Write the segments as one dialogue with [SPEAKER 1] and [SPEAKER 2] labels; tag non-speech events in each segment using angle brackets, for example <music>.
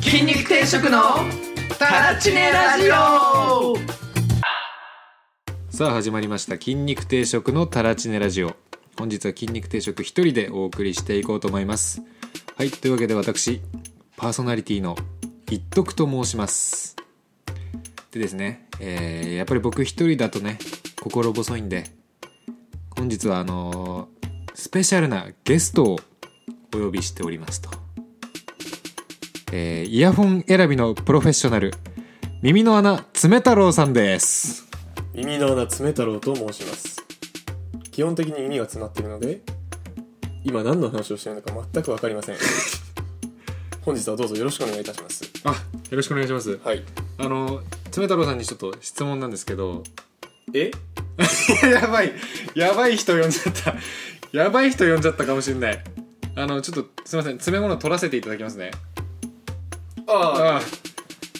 [SPEAKER 1] 定食のタラチネラジオ
[SPEAKER 2] さあ始まりました筋肉定食のタラチネラジオ本日は筋肉定食一人でお送りしていこうと思いますはいというわけで私パーソナリティの一徳と申しますでですね、えーやっぱり僕一人だとね心細いんで本日はあのースペシャルなゲストをお呼びしておりますと、えーイヤホン選びのプロフェッショナル耳の穴爪太郎さんです
[SPEAKER 3] 耳の穴爪太郎と申します基本的に耳が詰まっているので今何の話をしているのか全く分かりま <laughs> せん本日はどうぞよろしくお願いいたします
[SPEAKER 2] あよろしくお願いします
[SPEAKER 3] はい
[SPEAKER 2] あの爪太郎さんにちょっと質問なんですけど
[SPEAKER 3] え
[SPEAKER 2] <laughs> やばいやばい人呼んじゃったやばい人呼んじゃったかもしれないあのちょっとすいません詰め物取らせていただきますね
[SPEAKER 3] あ
[SPEAKER 2] あ
[SPEAKER 3] あ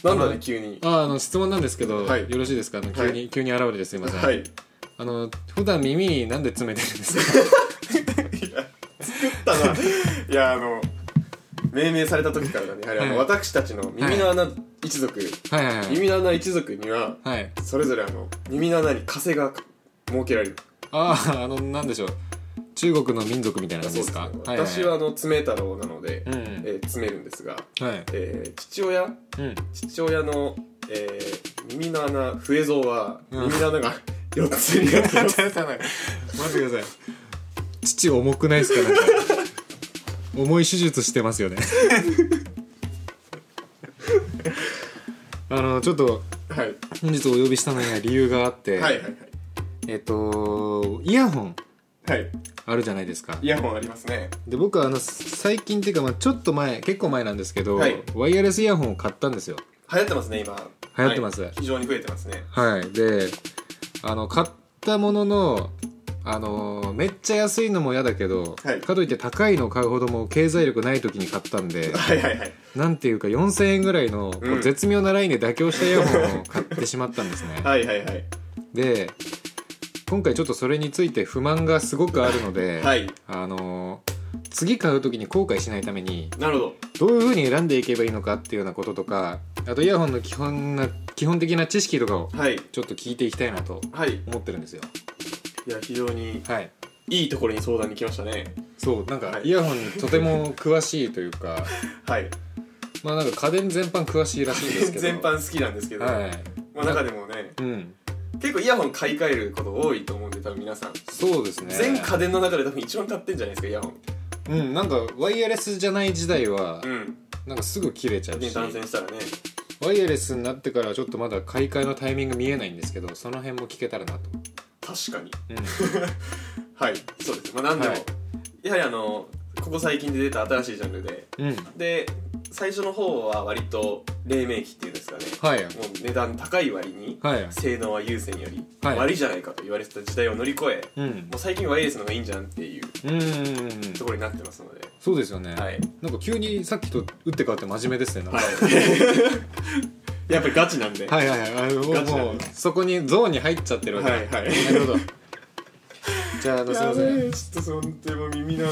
[SPEAKER 3] なんだね急に
[SPEAKER 2] あああの質問なんですけど、
[SPEAKER 3] はい
[SPEAKER 2] よろしいですかあの急に、
[SPEAKER 3] はい
[SPEAKER 2] 急に現れてすいません、
[SPEAKER 3] はい
[SPEAKER 2] あの普段耳になんで詰めてるんですか
[SPEAKER 3] ただいやあの命名された時からだねやはりあの、
[SPEAKER 2] はい
[SPEAKER 3] 私たちの耳の穴一族、
[SPEAKER 2] はいはいはい
[SPEAKER 3] <laughs> 耳の穴一族には
[SPEAKER 2] はい
[SPEAKER 3] それぞれあの耳の穴に枷が設けられる
[SPEAKER 2] あああのなんでしょう中国の民族みたいな感じですか
[SPEAKER 3] そうですね私はあの爪太郎なので、
[SPEAKER 2] うん
[SPEAKER 3] えー詰めるんですが、
[SPEAKER 2] はい
[SPEAKER 3] えー父親
[SPEAKER 2] うん
[SPEAKER 3] 父親の、えー耳の穴笛像は
[SPEAKER 2] うん
[SPEAKER 3] 耳の穴が4つになって
[SPEAKER 2] <laughs>
[SPEAKER 3] ます
[SPEAKER 2] 待ってください父重くないですかなんか重い手術してますよねあのちょっと
[SPEAKER 3] はい
[SPEAKER 2] 本日お呼びしたのには理由があって、
[SPEAKER 3] はいはいはい
[SPEAKER 2] えっ、とイヤホン
[SPEAKER 3] はい
[SPEAKER 2] あるじゃないですか
[SPEAKER 3] イヤホンありますね
[SPEAKER 2] で僕はあの最近っていうか、まあ、ちょっと前結構前なんですけど、
[SPEAKER 3] はい
[SPEAKER 2] ワイヤレスイヤホンを買ったんですよ
[SPEAKER 3] 流行ってますね今
[SPEAKER 2] 流行ってます
[SPEAKER 3] はい非常に増えてますね
[SPEAKER 2] はいであの買ったもののあのーめっちゃ安いのも嫌だけど、
[SPEAKER 3] はい
[SPEAKER 2] かといって高いのを買うほどもう経済力ない時に買ったん
[SPEAKER 3] <laughs>
[SPEAKER 2] で
[SPEAKER 3] はいはいはい
[SPEAKER 2] なんていうか4000円ぐらいのこう
[SPEAKER 3] うん
[SPEAKER 2] 絶妙なラインで妥協したイヤホンを買ってしまったんですね、
[SPEAKER 3] <laughs> はいはいはい
[SPEAKER 2] で今回ちょっとそれについて不満がすごくあるので、
[SPEAKER 3] はい
[SPEAKER 2] あのー次買う時に後悔しないために
[SPEAKER 3] なるほ
[SPEAKER 2] どういうふうに選んでいけばいいのかっていうようなこととかあとイヤホンの基本な基本的な知識とかを
[SPEAKER 3] どはい
[SPEAKER 2] ちょっと聞いていきたいなと
[SPEAKER 3] はいい
[SPEAKER 2] 思ってるんですよ
[SPEAKER 3] や非常に
[SPEAKER 2] はい
[SPEAKER 3] いいところに相談に来ましたね
[SPEAKER 2] そうなんか
[SPEAKER 3] はい
[SPEAKER 2] イヤホンにとても詳しいというか
[SPEAKER 3] <laughs> はい
[SPEAKER 2] まあなんか家電全般詳しいらしいんですけど
[SPEAKER 3] 全般好きなんですけど、
[SPEAKER 2] はい
[SPEAKER 3] まあ、中でもね
[SPEAKER 2] うん
[SPEAKER 3] 結構イヤホン買い替えること多いと思うんで多分皆さん、
[SPEAKER 2] そうですね
[SPEAKER 3] 全家電の中で多分一番買ってんじゃないですかイヤホン
[SPEAKER 2] うんなんかワイヤレスじゃない時代は
[SPEAKER 3] うん
[SPEAKER 2] なんかすぐ切れちゃう
[SPEAKER 3] ね
[SPEAKER 2] し
[SPEAKER 3] 断線したらね
[SPEAKER 2] ワイヤレスになってからはちょっとまだ買い替えのタイミング見えないんですけどその辺も聞けたらなと
[SPEAKER 3] 確かに
[SPEAKER 2] うん
[SPEAKER 3] はいそうですまあ何でも、
[SPEAKER 2] はい
[SPEAKER 3] やはりあのここ最近で出た新しいジャンルで
[SPEAKER 2] うん
[SPEAKER 3] で最初の方は割と黎明期っていうんですかね
[SPEAKER 2] はい
[SPEAKER 3] もう値段高い割に
[SPEAKER 2] はい
[SPEAKER 3] 性能は優先より
[SPEAKER 2] はい
[SPEAKER 3] 悪いじゃないかと言われてた時代を乗り越え
[SPEAKER 2] うん
[SPEAKER 3] もう最近ワイヤレスの方がいいんじゃんっていう
[SPEAKER 2] うんうんうんうん
[SPEAKER 3] ところになってますので
[SPEAKER 2] そうですよね
[SPEAKER 3] はい
[SPEAKER 2] なんか急にさっきと打って変わって真面目ですねなんか
[SPEAKER 3] はい <laughs> やっぱりガチなんで
[SPEAKER 2] はいはいはいあの
[SPEAKER 3] ガチだね
[SPEAKER 2] もうそこにゾーンに入っちゃってるわけ
[SPEAKER 3] はいはい
[SPEAKER 2] なるほどじゃああのすい
[SPEAKER 3] や
[SPEAKER 2] ませ
[SPEAKER 3] べ
[SPEAKER 2] ん
[SPEAKER 3] えちょっと本当にもう耳の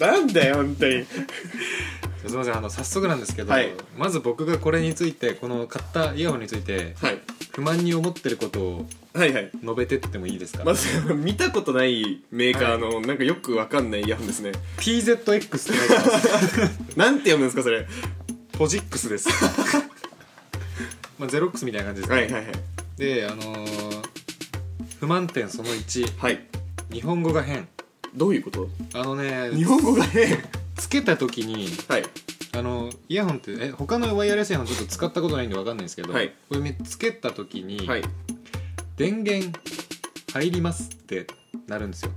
[SPEAKER 3] 穴 <laughs> なんだよ本当に
[SPEAKER 2] すいませんあの早速なんですけど、
[SPEAKER 3] はい
[SPEAKER 2] まず僕がこれについてこの買ったイヤホンについて
[SPEAKER 3] はい
[SPEAKER 2] 不満に思ってることを
[SPEAKER 3] はいはい
[SPEAKER 2] 述べてってもいいですか、
[SPEAKER 3] まず <laughs> 見たことないメーカーのなんかよくわかんないイヤホンですね
[SPEAKER 2] PZX って書いて
[SPEAKER 3] <laughs>
[SPEAKER 2] ます
[SPEAKER 3] なんて読むんですかそれ
[SPEAKER 2] ポジックス
[SPEAKER 3] <laughs>
[SPEAKER 2] ですまあゼロックスみたいな感じですね、
[SPEAKER 3] はいはいはい
[SPEAKER 2] であのー不満点その1
[SPEAKER 3] はい
[SPEAKER 2] 日本語が変
[SPEAKER 3] どういうこと
[SPEAKER 2] あのね
[SPEAKER 3] 日本語が変
[SPEAKER 2] つけた時に
[SPEAKER 3] はい
[SPEAKER 2] あのイヤホンってえ他のワイヤレスイヤホンちょっと使ったことないんでわかんないんですけど、
[SPEAKER 3] はい
[SPEAKER 2] これねつけた時に、
[SPEAKER 3] はい
[SPEAKER 2] 電源入りますってなるんですよ、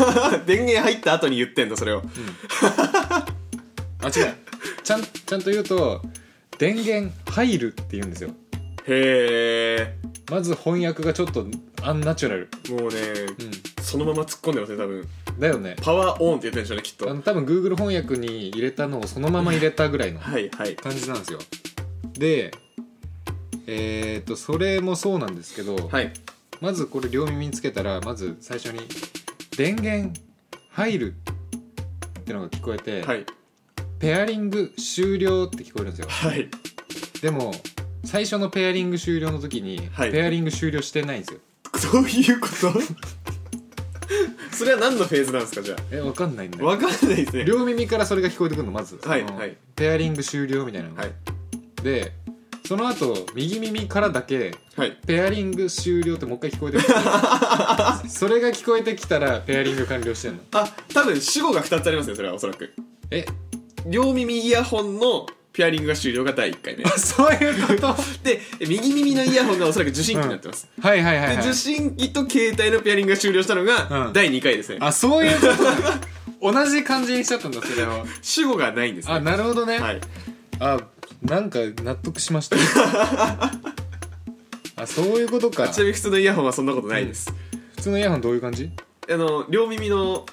[SPEAKER 3] <laughs> 電源入った後に言ってんだそれを
[SPEAKER 2] あ違うちゃんちゃんと言うと電源入るって言うんですよ
[SPEAKER 3] へ
[SPEAKER 2] まず翻訳がちょっとアンナチュラル、
[SPEAKER 3] えもうね
[SPEAKER 2] う
[SPEAKER 3] そのまま突っ込んでますね多分
[SPEAKER 2] ん、だよね
[SPEAKER 3] パワーオンって言ってるんでしょうねきっ
[SPEAKER 2] あ
[SPEAKER 3] と
[SPEAKER 2] の多分 Google 翻訳に入れたのをそのまま入れたぐらいの
[SPEAKER 3] はいはい
[SPEAKER 2] 感じなんですよでえー、っとそれもそうなんですけど、
[SPEAKER 3] はい
[SPEAKER 2] まずこれ両耳につけたらまず最初に「電源入る」ってのが聞こえて、
[SPEAKER 3] はい
[SPEAKER 2] ペアリング終了」って聞こえるんですよ
[SPEAKER 3] はい
[SPEAKER 2] でも最初のペアリング終了の時に、
[SPEAKER 3] はい
[SPEAKER 2] ペアリング終了してないんですよ
[SPEAKER 3] どういう <laughs> ことそれは何のフェーズなんですかじゃ
[SPEAKER 2] えわかんないんだ
[SPEAKER 3] あ
[SPEAKER 2] よ
[SPEAKER 3] わかんないですね
[SPEAKER 2] 両耳からそれが聞こえてくるのまず、
[SPEAKER 3] はい
[SPEAKER 2] あの
[SPEAKER 3] はい
[SPEAKER 2] ペアリング終了みたいなのが、
[SPEAKER 3] はい
[SPEAKER 2] でその後右耳からだけ
[SPEAKER 3] はい
[SPEAKER 2] ペアリング終了ってもう一回聞こえてく
[SPEAKER 3] <laughs>
[SPEAKER 2] るそれが聞こえてきたらペアリング完了してんの
[SPEAKER 3] あ多分主語が2つありますねそれはおそらく
[SPEAKER 2] え
[SPEAKER 3] 両耳イヤホンのペアリングが終了が第1回目
[SPEAKER 2] <laughs> そういうこと
[SPEAKER 3] で右耳のイヤホンがおそらく受信機になってます、
[SPEAKER 2] はいはいはい、
[SPEAKER 3] で
[SPEAKER 2] はい
[SPEAKER 3] 受、信機と携帯のペアリングが終了したの
[SPEAKER 2] う
[SPEAKER 3] が
[SPEAKER 2] ん
[SPEAKER 3] 第2回ですね、
[SPEAKER 2] あそういうことだ同じ感じにしちゃったんだそれは
[SPEAKER 3] 主語がないんですね
[SPEAKER 2] あなるほどね、
[SPEAKER 3] はい
[SPEAKER 2] あなんか納得しま
[SPEAKER 3] <laughs>
[SPEAKER 2] したあそういうことか
[SPEAKER 3] ちなみに普通のイヤホンはそんなことないです、
[SPEAKER 2] 普通のイヤホンどういう感じ
[SPEAKER 3] あの両耳の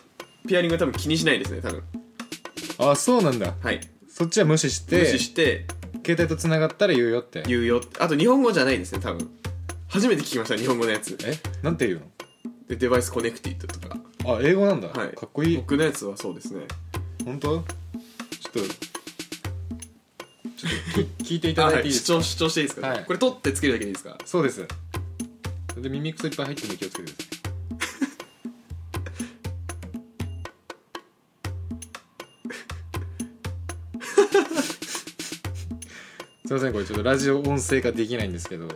[SPEAKER 3] ペアリングは多分気にしないですね多分
[SPEAKER 2] あそうなんだ
[SPEAKER 3] はい
[SPEAKER 2] そっちは無視して
[SPEAKER 3] 無視して
[SPEAKER 2] 携帯とつながったら言うよって
[SPEAKER 3] 言うよあと日本語じゃないですね多分初めて聞きました日本語のやつ
[SPEAKER 2] えなんて言う
[SPEAKER 3] でデバイスコネクティッドとか
[SPEAKER 2] のあ英語なんだ、
[SPEAKER 3] はい
[SPEAKER 2] かっこいい
[SPEAKER 3] 僕のやつはそうですね
[SPEAKER 2] 本当ちょっとちょっと
[SPEAKER 3] <laughs>
[SPEAKER 2] き聞いていた
[SPEAKER 3] あ
[SPEAKER 2] だ
[SPEAKER 3] はい
[SPEAKER 2] てい
[SPEAKER 3] い
[SPEAKER 2] いで
[SPEAKER 3] 主
[SPEAKER 2] すか、
[SPEAKER 3] 張主張していいですか、
[SPEAKER 2] はい
[SPEAKER 3] これ取ってつけるだけでいいですか
[SPEAKER 2] そうですそれで耳くそいっぱい入ってるんで気をつけてく
[SPEAKER 3] <laughs>
[SPEAKER 2] ださいすいませんこれちょっとラジオ音声化できないんですけど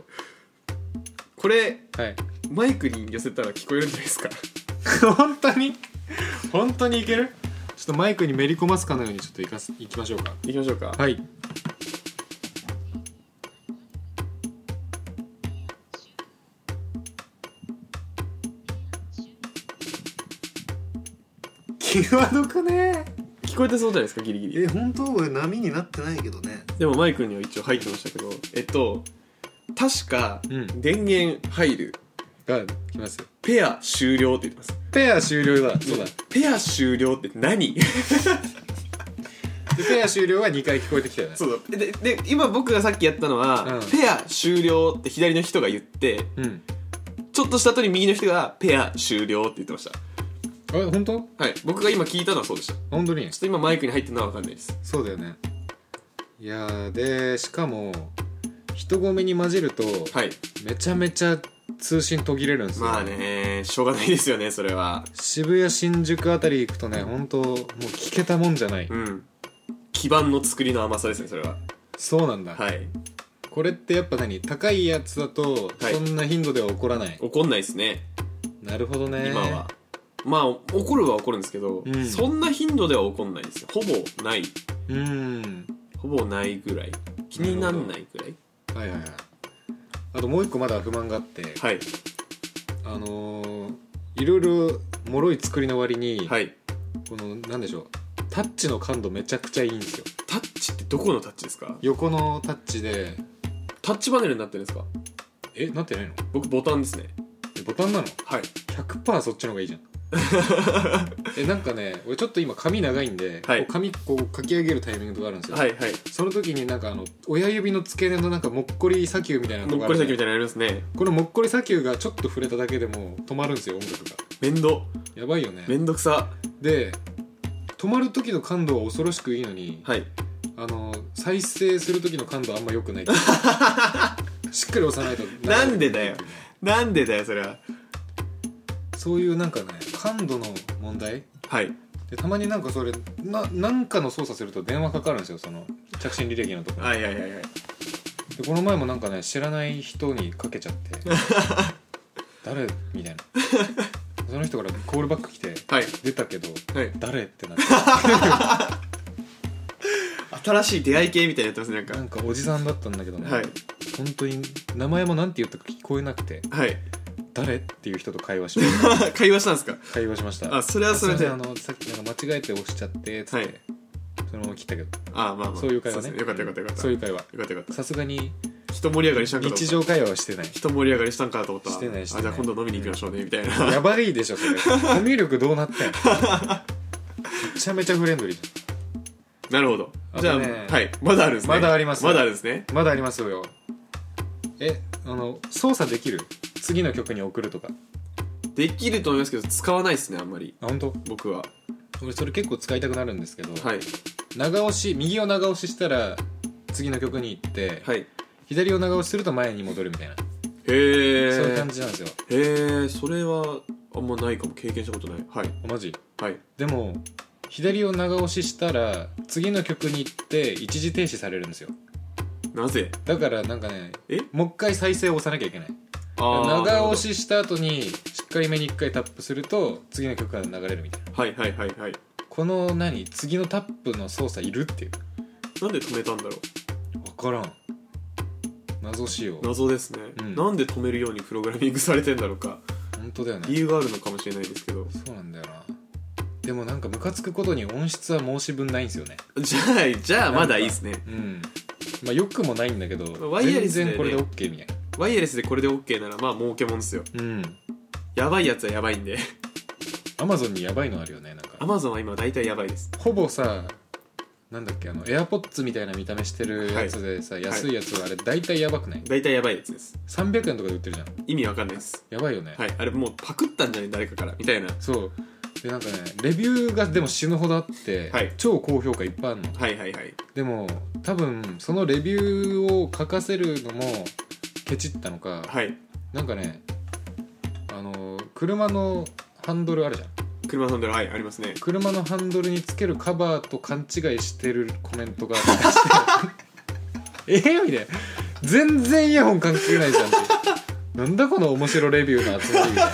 [SPEAKER 3] これ
[SPEAKER 2] はい
[SPEAKER 3] マイクに寄せたら聞こえるんじゃないですか
[SPEAKER 2] 本当に本当にいけるちょっとマイクにめり込ますかのようにちょっといかすいきましょうか
[SPEAKER 3] いきましょうか
[SPEAKER 2] はい際どくね
[SPEAKER 3] 聞こえてそうじゃないですかギリギリ
[SPEAKER 4] え本当俺波になってないけどね
[SPEAKER 3] でもマイクには一応入ってましたけどえっと確か
[SPEAKER 2] うん
[SPEAKER 3] 電源入る、
[SPEAKER 2] がきますよ
[SPEAKER 3] ペア終了って言ってます
[SPEAKER 2] ペア終了だそうだ
[SPEAKER 3] ペア終了って <laughs> 何
[SPEAKER 2] でペア終了は2回聞こえてきたよね
[SPEAKER 3] そうだでで今僕がさっきやったのは、
[SPEAKER 2] うん
[SPEAKER 3] ペア終了って左の人が言って
[SPEAKER 2] うん
[SPEAKER 3] ちょっとした後に右の人がペア終了って言ってまし
[SPEAKER 2] あ本当
[SPEAKER 3] たはい僕が今聞いたのはそうでしたちょ
[SPEAKER 2] 本当に
[SPEAKER 3] っと今マイクに入ってるのは分かんないです
[SPEAKER 2] そうだよねいやーでしかも人混みに混じると
[SPEAKER 3] はい
[SPEAKER 2] めちゃめちゃ通信途切れるんですよ、
[SPEAKER 3] まあねしょうがないですよねそれは
[SPEAKER 2] 渋谷新宿あたり行くとね本当もう聞けたもんじゃない、
[SPEAKER 3] うん基盤の作りの甘さですねそれは
[SPEAKER 2] そうなんだ、
[SPEAKER 3] はい
[SPEAKER 2] これってやっぱ何高いやつだと
[SPEAKER 3] はい
[SPEAKER 2] そんな頻度では起こらない、
[SPEAKER 3] 怒んないですね
[SPEAKER 2] なるほどね
[SPEAKER 3] 今は、まあ怒るは怒るんですけど、
[SPEAKER 2] うん
[SPEAKER 3] そんな頻度では怒んないですよほぼない
[SPEAKER 2] うん
[SPEAKER 3] ほぼないぐらい気になんないぐらい
[SPEAKER 2] はいはいはいあともう一個まだ不満があって、
[SPEAKER 3] はい
[SPEAKER 2] あのーいろいろ脆い作りの割に、
[SPEAKER 3] はい
[SPEAKER 2] このなんでしょうタッチの感度めちゃくちゃいいんですよ
[SPEAKER 3] タッチってどこのタッチですか
[SPEAKER 2] 横のタッチで
[SPEAKER 3] タッチパネルになってるんですか
[SPEAKER 2] えなってないの
[SPEAKER 3] 僕ボタンですね
[SPEAKER 2] えボタンなの
[SPEAKER 3] はい
[SPEAKER 2] 100%そっちの方がい
[SPEAKER 3] <laughs>
[SPEAKER 2] いじゃんえなんかね俺ちょっと今髪長いんで、
[SPEAKER 3] はい
[SPEAKER 2] こう髪こうかき上げるタイミングがあるんですよ、
[SPEAKER 3] はいはい
[SPEAKER 2] その時になんかあの親指の付け根のなんかもっこり砂丘みたいな
[SPEAKER 3] も
[SPEAKER 2] の
[SPEAKER 3] っ
[SPEAKER 2] があ
[SPEAKER 3] こり
[SPEAKER 2] る
[SPEAKER 3] 先みたいなのありますね
[SPEAKER 2] このもっこり砂丘がちょっと触れただけでもう止まるんですよ音楽が
[SPEAKER 3] めんど
[SPEAKER 2] やばいよね
[SPEAKER 3] めんどくさ
[SPEAKER 2] で止まる時の感度は恐ろしくいいのに、
[SPEAKER 3] はい
[SPEAKER 2] あの再生する時の感度はあんま良くない
[SPEAKER 3] <laughs>
[SPEAKER 2] しっかり押さないと
[SPEAKER 3] なんでだよなんでだよそれは
[SPEAKER 2] そういうなんかね感度の問題
[SPEAKER 3] はい
[SPEAKER 2] でたまになんかそれななんかの操作すると電話かかるんですよその着信履歴のところに、
[SPEAKER 3] はいはいはいはい
[SPEAKER 2] でこの前もなんかね知らない人にかけちゃって <laughs> 誰みたいなその人からコールバック来て
[SPEAKER 3] はい
[SPEAKER 2] 出たけど
[SPEAKER 3] はい
[SPEAKER 2] 誰ってな
[SPEAKER 3] <laughs>
[SPEAKER 2] って
[SPEAKER 3] 新しい出会い系みたいなやってますねな
[SPEAKER 2] なんんかおじさんだったんだけどね、
[SPEAKER 3] かはい
[SPEAKER 2] 本当に名前もなんて言ったか聞こえなくて
[SPEAKER 3] はい
[SPEAKER 2] 誰っていう人と会話しました
[SPEAKER 3] <laughs> 会話したんですか
[SPEAKER 2] 会話しました
[SPEAKER 3] あそれはそれ
[SPEAKER 2] すい
[SPEAKER 3] で
[SPEAKER 2] ませんあのさっきなんか間違えて押しちゃってつって、
[SPEAKER 3] はい
[SPEAKER 2] そのまま切ったけど
[SPEAKER 3] ああまあまあ
[SPEAKER 2] そういう会話ね
[SPEAKER 3] そですよかったよかったよかった
[SPEAKER 2] そういう会話
[SPEAKER 3] よかったよかっ
[SPEAKER 2] さすがに
[SPEAKER 3] た人盛り上がりしたんかと思った
[SPEAKER 2] 日常会話はして
[SPEAKER 3] <laughs>
[SPEAKER 2] ない
[SPEAKER 3] 人盛り上がりしたんかと思った
[SPEAKER 2] してないしてない
[SPEAKER 3] あじゃあ今度飲みに行きましょうねみたいな
[SPEAKER 2] やばいでしょそれコミュ力どうなってんのめちゃめちゃフレンドリーじ
[SPEAKER 3] なるほど。
[SPEAKER 2] あとね
[SPEAKER 3] じゃあ、はい。まだあるんですね。
[SPEAKER 2] まだあります
[SPEAKER 3] まだあるんですね。
[SPEAKER 2] ゃんまだありますよえあの操作できる次の曲に送るとか
[SPEAKER 3] できると思いますけど、使わないですね、あんまり。
[SPEAKER 2] あ本当
[SPEAKER 3] 僕は。
[SPEAKER 2] 俺それ結構使いたくなるんですけど、
[SPEAKER 3] はい。
[SPEAKER 2] 長押し右を長押ししたら次の曲に行って、
[SPEAKER 3] はいへ
[SPEAKER 2] 左を長押しすると前に戻るみたいな、
[SPEAKER 3] え
[SPEAKER 2] そういう感じなんですよ
[SPEAKER 3] へえそれはあんまないかも経験したことないはい
[SPEAKER 2] あマジ
[SPEAKER 3] はい
[SPEAKER 2] でも左を長押ししたら次の曲に行って一時停止されるんですよ
[SPEAKER 3] なぜ
[SPEAKER 2] だからなんかね
[SPEAKER 3] え
[SPEAKER 2] もう一回再生を押さなきゃいけない
[SPEAKER 3] あーなる
[SPEAKER 2] 長
[SPEAKER 3] ほど
[SPEAKER 2] 押しした後にしっかりめに一回タップすると次の曲が流れるみたいな
[SPEAKER 3] はいはいはいはい
[SPEAKER 2] この何次のタップの操作いるっていう
[SPEAKER 3] なんで止めたんだろ
[SPEAKER 2] 分からん謎仕様
[SPEAKER 3] う謎ですね、
[SPEAKER 2] うん
[SPEAKER 3] なんで止めるようにプログラミングされてんだろうか
[SPEAKER 2] 本当だよ
[SPEAKER 3] 理
[SPEAKER 2] ね
[SPEAKER 3] 由があるのかもしれないですけど
[SPEAKER 2] そうなんだよなでもなんかムカつくことに音質は申し分ないんですよね
[SPEAKER 3] じゃあじゃあまだいいですね
[SPEAKER 2] うんまあ良くもないんだけど
[SPEAKER 3] ワイヤレ
[SPEAKER 2] 全
[SPEAKER 3] スでね
[SPEAKER 2] 然これで OK みたいな
[SPEAKER 3] ワイヤレスでこれで OK ならまあ儲けもんですよ
[SPEAKER 2] うん
[SPEAKER 3] やばいやつはやばいん <laughs> で
[SPEAKER 2] アマゾンにやばいのあるよねなんか
[SPEAKER 3] Amazon は今大体やばいです
[SPEAKER 2] ほぼさなんだっけあの AirPods みたいな見た目してるやつでさ、安いやつはあれ大体やばくない、
[SPEAKER 3] 大体やばいやつです
[SPEAKER 2] 300円とかで売ってるじゃん
[SPEAKER 3] 意味わかんないです
[SPEAKER 2] やばいよね、
[SPEAKER 3] はいあれもうパクったんじゃない誰かからみたいな
[SPEAKER 2] そうでなんかねレビューがでも死ぬほどあって、
[SPEAKER 3] はい
[SPEAKER 2] 超高評価いっぱいあるの
[SPEAKER 3] はいはいはい
[SPEAKER 2] でも多分そのレビューを書かせるのもケチったのか、
[SPEAKER 3] はい
[SPEAKER 2] なんかねあの車のハンドルあるじゃん
[SPEAKER 3] 車のハンドルはいありますね
[SPEAKER 2] 車のハンドルにつけるカバーと勘違いしてるコメントがあってええみたいな全然イヤホン関係ないじゃんってなんだこの面白レビューの集まりみたい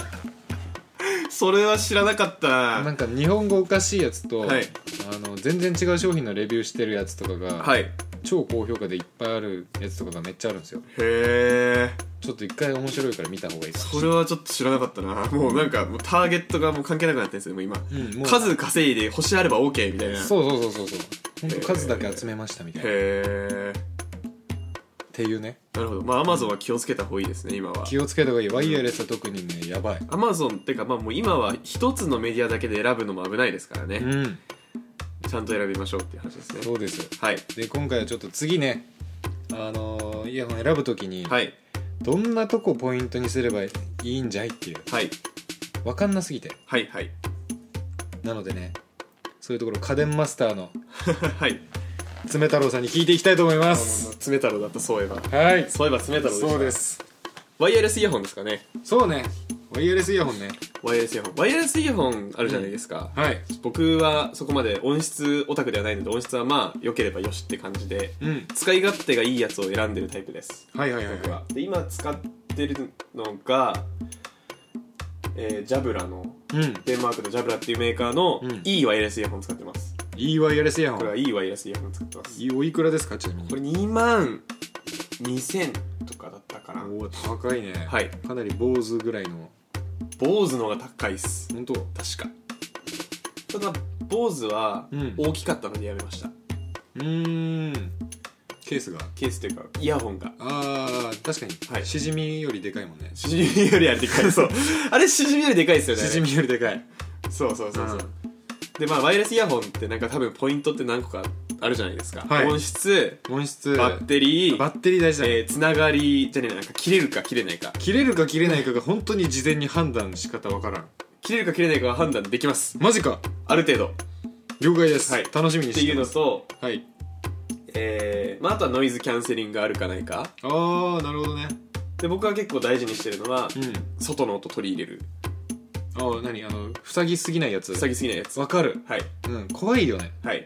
[SPEAKER 3] それは知らなかった
[SPEAKER 2] ななん
[SPEAKER 3] は
[SPEAKER 2] か日本語おかしいやつと、
[SPEAKER 3] はい
[SPEAKER 2] あの全然違う商品のレビューしてるやつとかが、
[SPEAKER 3] いへ
[SPEAKER 2] 超高評価でいっぱいあるやつとかがめっちゃあるんですよ
[SPEAKER 3] え
[SPEAKER 2] ちょっと一回面白いから見た方がいいかも
[SPEAKER 3] それはちょっと知らなかったなもうなんかもうターゲットがもう関係なくなってるんですよもう今
[SPEAKER 2] うんもう
[SPEAKER 3] 数稼いで星あれば OK みたいなう
[SPEAKER 2] そうそうそうそうそう本当数だけ集めましたみたいな、っ
[SPEAKER 3] へえ
[SPEAKER 2] ていうね
[SPEAKER 3] なるほどまあ Amazon は気をつけた方がいいですね今は
[SPEAKER 2] 気をつけた方がいいワイヤレスは特にねやばい
[SPEAKER 3] Amazon ってかまあもう今は一つのメディアだけで選ぶのも危ないですからね、
[SPEAKER 2] うん
[SPEAKER 3] ちゃんと選びましょうっていう話ですね
[SPEAKER 2] そうですよ
[SPEAKER 3] はい
[SPEAKER 2] で今回はちょっと次ねあのーイヤホン選ぶ時に、
[SPEAKER 3] はい
[SPEAKER 2] どんなとこポイントにすればいいんじゃいっていう
[SPEAKER 3] はい
[SPEAKER 2] 分かんなすぎて
[SPEAKER 3] はいはい
[SPEAKER 2] なのでねそういうところ家電マスターの
[SPEAKER 3] はい
[SPEAKER 2] 爪太郎さんに聞いていきたいと思います
[SPEAKER 3] 爪太郎だったそういえば
[SPEAKER 2] はい
[SPEAKER 3] そういえば爪太郎でした
[SPEAKER 2] そうです
[SPEAKER 3] ワイヤレスイヤホンですかね
[SPEAKER 2] そうねワイヤレスイヤホンね
[SPEAKER 3] ワイヤレスイヤホンワイヤレスイヤホンあるじゃないですか、
[SPEAKER 2] はい
[SPEAKER 3] 僕はそこまで音質オタクではないので音質はまあ良ければよしって感じで
[SPEAKER 2] うん
[SPEAKER 3] 使い勝手がいいやつを選んでるタイプです
[SPEAKER 2] はいはいはい
[SPEAKER 3] 僕
[SPEAKER 2] は
[SPEAKER 3] はで今使ってるのが、えージャブラの
[SPEAKER 2] いうん
[SPEAKER 3] デンマークのジャブラっていうメーカーの
[SPEAKER 2] うん
[SPEAKER 3] いいワイヤレスイヤホン使ってます
[SPEAKER 2] いいワイヤレスイヤホ
[SPEAKER 3] これは
[SPEAKER 2] ン
[SPEAKER 3] いいワイヤレスイヤホン使ってます
[SPEAKER 2] いいおいくらですかちなみに
[SPEAKER 3] これ2万2000とかだったかな
[SPEAKER 2] おー高いね
[SPEAKER 3] はい
[SPEAKER 2] かなり坊主ぐらいの
[SPEAKER 3] 坊主の方が高いっす
[SPEAKER 2] 本当
[SPEAKER 3] 確かただ坊主は
[SPEAKER 2] うん
[SPEAKER 3] 大きかったのでやめました、
[SPEAKER 2] うーんケースが
[SPEAKER 3] ケースというかイヤホンが
[SPEAKER 2] あー確かに、
[SPEAKER 3] はい
[SPEAKER 2] シジミよりでかいもんね
[SPEAKER 3] シジミよりあれでかいそうあれシジミよりでかいですよねあれ
[SPEAKER 2] シジミよりでかい
[SPEAKER 3] そうそうそうそう、
[SPEAKER 2] うん
[SPEAKER 3] でまあワイヤレスイヤホンってなんか多分ポイントって何個かあるじゃないですか、
[SPEAKER 2] はい
[SPEAKER 3] 音質
[SPEAKER 2] 音質
[SPEAKER 3] バッテリー
[SPEAKER 2] バッテリー大事だね、
[SPEAKER 3] えーつながりじゃねえななんか切れるか切れないか
[SPEAKER 2] 切れるか切れないかが本当に事前に判断し方わからん
[SPEAKER 3] 切れるか切れないかは判断できます
[SPEAKER 2] マジか
[SPEAKER 3] ある程度っ
[SPEAKER 2] 了解です、
[SPEAKER 3] はい
[SPEAKER 2] 楽しみに
[SPEAKER 3] て
[SPEAKER 2] して
[SPEAKER 3] いう
[SPEAKER 2] ま
[SPEAKER 3] の
[SPEAKER 2] す
[SPEAKER 3] と、
[SPEAKER 2] はい
[SPEAKER 3] えーまあ、あとはノイズキャンセリングがあるかないか
[SPEAKER 2] あーなるほどね
[SPEAKER 3] で僕は結構大事にしてるのは、
[SPEAKER 2] うん
[SPEAKER 3] 外の音取り入れる
[SPEAKER 2] あー何あの塞ぎすぎないやつ
[SPEAKER 3] 塞ぎすぎないやつは
[SPEAKER 2] わかる
[SPEAKER 3] い
[SPEAKER 2] うん怖いよね
[SPEAKER 3] はい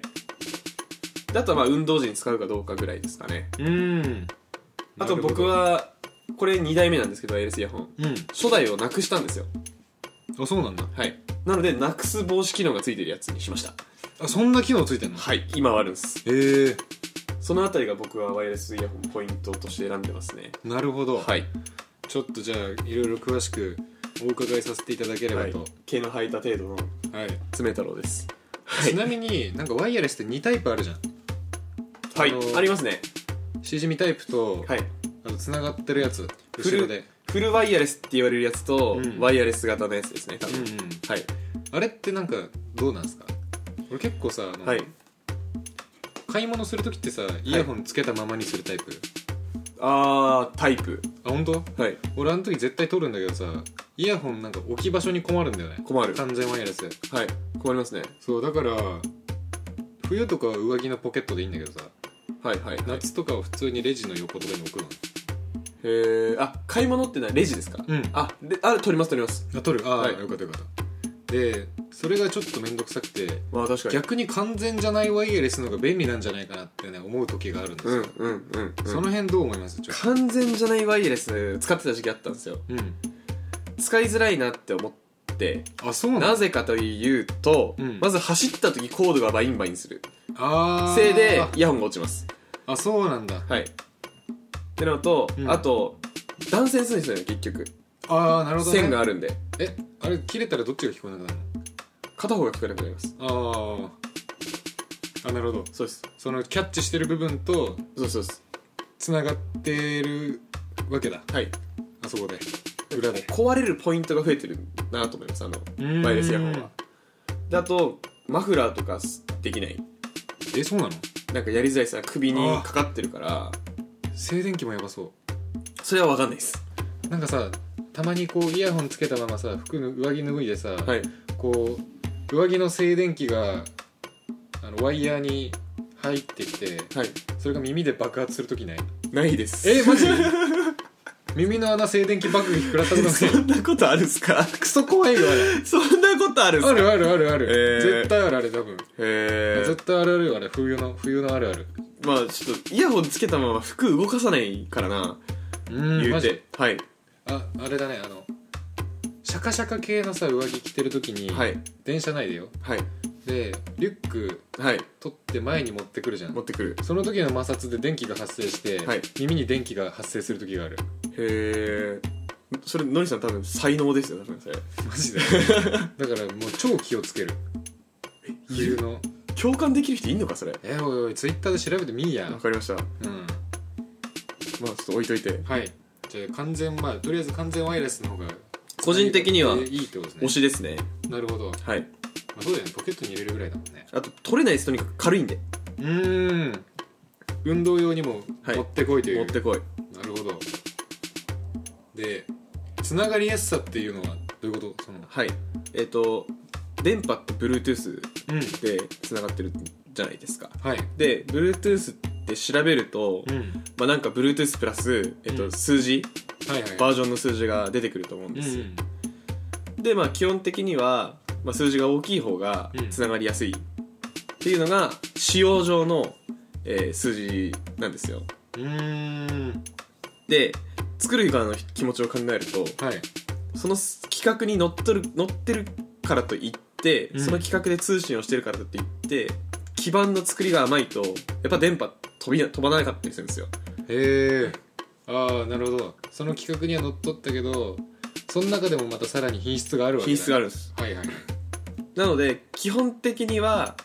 [SPEAKER 3] であとはまあ運動時に使うかどうかぐらいですかね
[SPEAKER 2] うーん
[SPEAKER 3] あと僕はこれ2代目なんですけど ALS イヤホン
[SPEAKER 2] うん
[SPEAKER 3] 初代をなくしたんですよ
[SPEAKER 2] あそうなんだ
[SPEAKER 3] はいなのでなくす防止機能がついてるやつにしました
[SPEAKER 2] あそんな機能ついてんの
[SPEAKER 3] はい今はあるんです
[SPEAKER 2] えー、
[SPEAKER 3] そのあたりが僕はワイヤレスイヤホンポイントとして選んでますね
[SPEAKER 2] なるほど、
[SPEAKER 3] はい
[SPEAKER 2] ちょっとじゃあいろいろ詳しくお伺いさせていただければ
[SPEAKER 3] はい
[SPEAKER 2] と、
[SPEAKER 3] 毛の生えた程度の
[SPEAKER 2] はい
[SPEAKER 3] 爪太郎です
[SPEAKER 2] ちなみになんかワイヤレスって2タイプあるじゃん
[SPEAKER 3] はい
[SPEAKER 2] あのー
[SPEAKER 3] ありますね
[SPEAKER 2] シジミタイプと、
[SPEAKER 3] はい
[SPEAKER 2] あとつながってるやつ
[SPEAKER 3] フ
[SPEAKER 2] 後ろ
[SPEAKER 3] ル
[SPEAKER 2] で
[SPEAKER 3] フルワイヤレスって言われるやつと、
[SPEAKER 2] うん
[SPEAKER 3] ワイヤレス型のやつですね多分、
[SPEAKER 2] うんうん
[SPEAKER 3] はい
[SPEAKER 2] あれってなんかどうなんですか俺結構さあの、
[SPEAKER 3] はい
[SPEAKER 2] 買い物する時ってさイヤホンつけたままにするタイプ、
[SPEAKER 3] あータイプ
[SPEAKER 2] あ本当
[SPEAKER 3] はい
[SPEAKER 2] 俺あの時絶対取るんだけどさイヤホンなんか置き場所に困るんだよね
[SPEAKER 3] 困る
[SPEAKER 2] 完全ワイヤレス
[SPEAKER 3] はい困りますね
[SPEAKER 2] そうだから冬とかは上着のポケットでいいんだけどさ
[SPEAKER 3] はいはいはいへ
[SPEAKER 2] 夏とかは普通にレジの横とかに置くの
[SPEAKER 3] えあ買い物ってないレジですか
[SPEAKER 2] うん
[SPEAKER 3] あであ取ります取ります
[SPEAKER 2] あ取るああ、
[SPEAKER 3] はい
[SPEAKER 2] よかったよかったでそれがちょっと面倒くさくて
[SPEAKER 3] まあ確かに
[SPEAKER 2] 逆に完全じゃないワイヤレスの方が便利なんじゃないかなってね思う時があるんですよ、
[SPEAKER 3] うんうんうん、うん、
[SPEAKER 2] その辺どう思いますちょっと
[SPEAKER 3] 完全じゃないワイヤレス使ってた時期あったんですよ
[SPEAKER 2] うん
[SPEAKER 3] 使いづらいなって思って
[SPEAKER 2] あそうなの
[SPEAKER 3] なぜかというと、
[SPEAKER 2] うん
[SPEAKER 3] まず走った時コードがバインバインする
[SPEAKER 2] あー
[SPEAKER 3] せいでイヤホンが落ちます
[SPEAKER 2] あそうなんだ
[SPEAKER 3] はいってのと、
[SPEAKER 2] うん
[SPEAKER 3] あと断線するんですよね結局
[SPEAKER 2] ああなるほど、ね、
[SPEAKER 3] 線があるんで
[SPEAKER 2] えあれ切れたらどっちが聞こえなくなる
[SPEAKER 3] 片方が聞かなくなります
[SPEAKER 2] のあーあなるほど
[SPEAKER 3] そうです
[SPEAKER 2] そのキャッチしてる部分と
[SPEAKER 3] そうですそうです
[SPEAKER 2] つながってるわけだ
[SPEAKER 3] はい
[SPEAKER 2] あそこで裏で
[SPEAKER 3] 壊れるポイントが増えてるなと思いますあの
[SPEAKER 2] うーん
[SPEAKER 3] ワイヤレスイヤホンはであとマフラーとかできない
[SPEAKER 2] えそうなの
[SPEAKER 3] なんかやりづらいさ首にかかってるから
[SPEAKER 2] 静電気もやばそ
[SPEAKER 3] それは分かんないです
[SPEAKER 2] うなんかさたまにこうイヤホンつけたままさ服の上着脱いでさ、
[SPEAKER 3] はい
[SPEAKER 2] こう上着の静電気があのワイヤーに入ってきて
[SPEAKER 3] はい
[SPEAKER 2] それが耳で爆発するときない
[SPEAKER 3] ないです
[SPEAKER 2] えマジ耳の穴静電気爆撃食らったこと
[SPEAKER 3] そ
[SPEAKER 2] ない
[SPEAKER 3] んなことあるんすか
[SPEAKER 2] クソ怖いよあれ
[SPEAKER 3] <laughs> そんなことあるんす
[SPEAKER 2] あ
[SPEAKER 3] か
[SPEAKER 2] るあるあるある、
[SPEAKER 3] えー
[SPEAKER 2] 絶対あるあれ多分、
[SPEAKER 3] へえ
[SPEAKER 2] 絶対あるあるよあれ冬の冬のあるある
[SPEAKER 3] まあちょっとイヤホンつけたまま服動かさないからな
[SPEAKER 2] うん
[SPEAKER 3] 言
[SPEAKER 2] マ
[SPEAKER 3] う
[SPEAKER 2] ジ
[SPEAKER 3] てはい
[SPEAKER 2] ああれだねあのシャカシャカ系のさ上着着てる時に、
[SPEAKER 3] はい
[SPEAKER 2] 電車内でよ
[SPEAKER 3] はい
[SPEAKER 2] でリュック
[SPEAKER 3] はい
[SPEAKER 2] 取って前に持ってくるじゃん
[SPEAKER 3] 持ってくる
[SPEAKER 2] その時の摩擦で電気が発生して、
[SPEAKER 3] はい
[SPEAKER 2] 耳に電気が発生する時がある
[SPEAKER 3] へえそれのりさん多分才能ですよ多分それ
[SPEAKER 2] マジで <laughs> だからもう超気をつける冬の
[SPEAKER 3] 共感できる人いんのかそれ
[SPEAKER 2] えおいおいツイッターで調べてみいや
[SPEAKER 3] わかりましたま
[SPEAKER 2] うん
[SPEAKER 3] あちょっと置いといて
[SPEAKER 2] はいじゃあ完全まあとりあえず完全ワイヤレスの方が
[SPEAKER 3] 個人的にはい
[SPEAKER 2] いってことで
[SPEAKER 3] 推
[SPEAKER 2] す
[SPEAKER 3] しですね
[SPEAKER 2] ねなるほど、ま
[SPEAKER 3] はい
[SPEAKER 2] あ、そうだよねポケットに入れるぐらいだもんね
[SPEAKER 3] あと取れないですとにかく軽いんで
[SPEAKER 2] うーん運動用にも
[SPEAKER 3] はい
[SPEAKER 2] 持ってこいという、
[SPEAKER 3] 持ってこい
[SPEAKER 2] なるほどでつながりやすさっていうのはどういうことその
[SPEAKER 3] はいえっ、と電波って Bluetooth
[SPEAKER 2] うん
[SPEAKER 3] でつながってるじゃないですか
[SPEAKER 2] はい
[SPEAKER 3] で Bluetooth って調べると、
[SPEAKER 2] うん
[SPEAKER 3] まあなんか Bluetooth プラス、えっと
[SPEAKER 2] うん
[SPEAKER 3] 数字
[SPEAKER 2] はいはい
[SPEAKER 3] バージョンの数字が出てくると思うんです
[SPEAKER 2] う
[SPEAKER 3] よ、
[SPEAKER 2] ん
[SPEAKER 3] でまあ基本的には、まあ、数字が大きい方が
[SPEAKER 2] うん
[SPEAKER 3] つながりやすいっていうのが使用上の、えー数字なんですよ
[SPEAKER 2] うんうーん
[SPEAKER 3] で作る側の気持ちを考えると
[SPEAKER 2] はい
[SPEAKER 3] その企画に乗っとる乗ってるからといって、
[SPEAKER 2] うん
[SPEAKER 3] その企画で通信をしてるからといって基盤の作りが甘いとやっぱ電波飛びな飛ばなかったりするんですよ
[SPEAKER 2] へえああなるほどその企画にはのっとったけどその中でもまたさらに品質があるわけ
[SPEAKER 3] 品質があ
[SPEAKER 2] る
[SPEAKER 3] るんです
[SPEAKER 2] はいはいはい
[SPEAKER 3] なので基本的には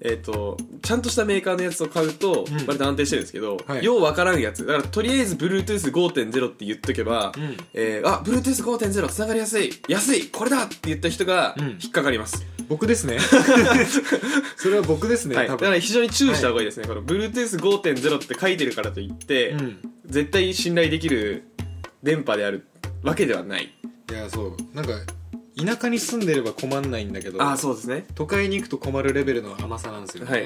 [SPEAKER 3] えっ、とちゃんとしたメーカーのやつを買うと
[SPEAKER 2] うん
[SPEAKER 3] 割と安定してるんですけど、
[SPEAKER 2] はい
[SPEAKER 3] ようわからんやつだからとりあえず Bluetooth5.0 って言っとけば、
[SPEAKER 2] うん
[SPEAKER 3] えーあ Bluetooth5.0 つながりやすい安いこれだって言った人が
[SPEAKER 2] うん
[SPEAKER 3] 引っかかります、
[SPEAKER 2] 僕です <laughs> ねそれは僕ですね、
[SPEAKER 3] はい、
[SPEAKER 2] 多
[SPEAKER 3] だ
[SPEAKER 2] 分
[SPEAKER 3] から非常に注意した方がいいですね、この Bluetooth5.0 って書いてるからといって、
[SPEAKER 2] うん
[SPEAKER 3] 絶対信頼できる電波であるわけではない
[SPEAKER 2] いやそうなんか田舎に住んでれば困んないんだけど
[SPEAKER 3] ああそうですね
[SPEAKER 2] 都会に行くと困るレベルの甘さなんですよね、
[SPEAKER 3] はい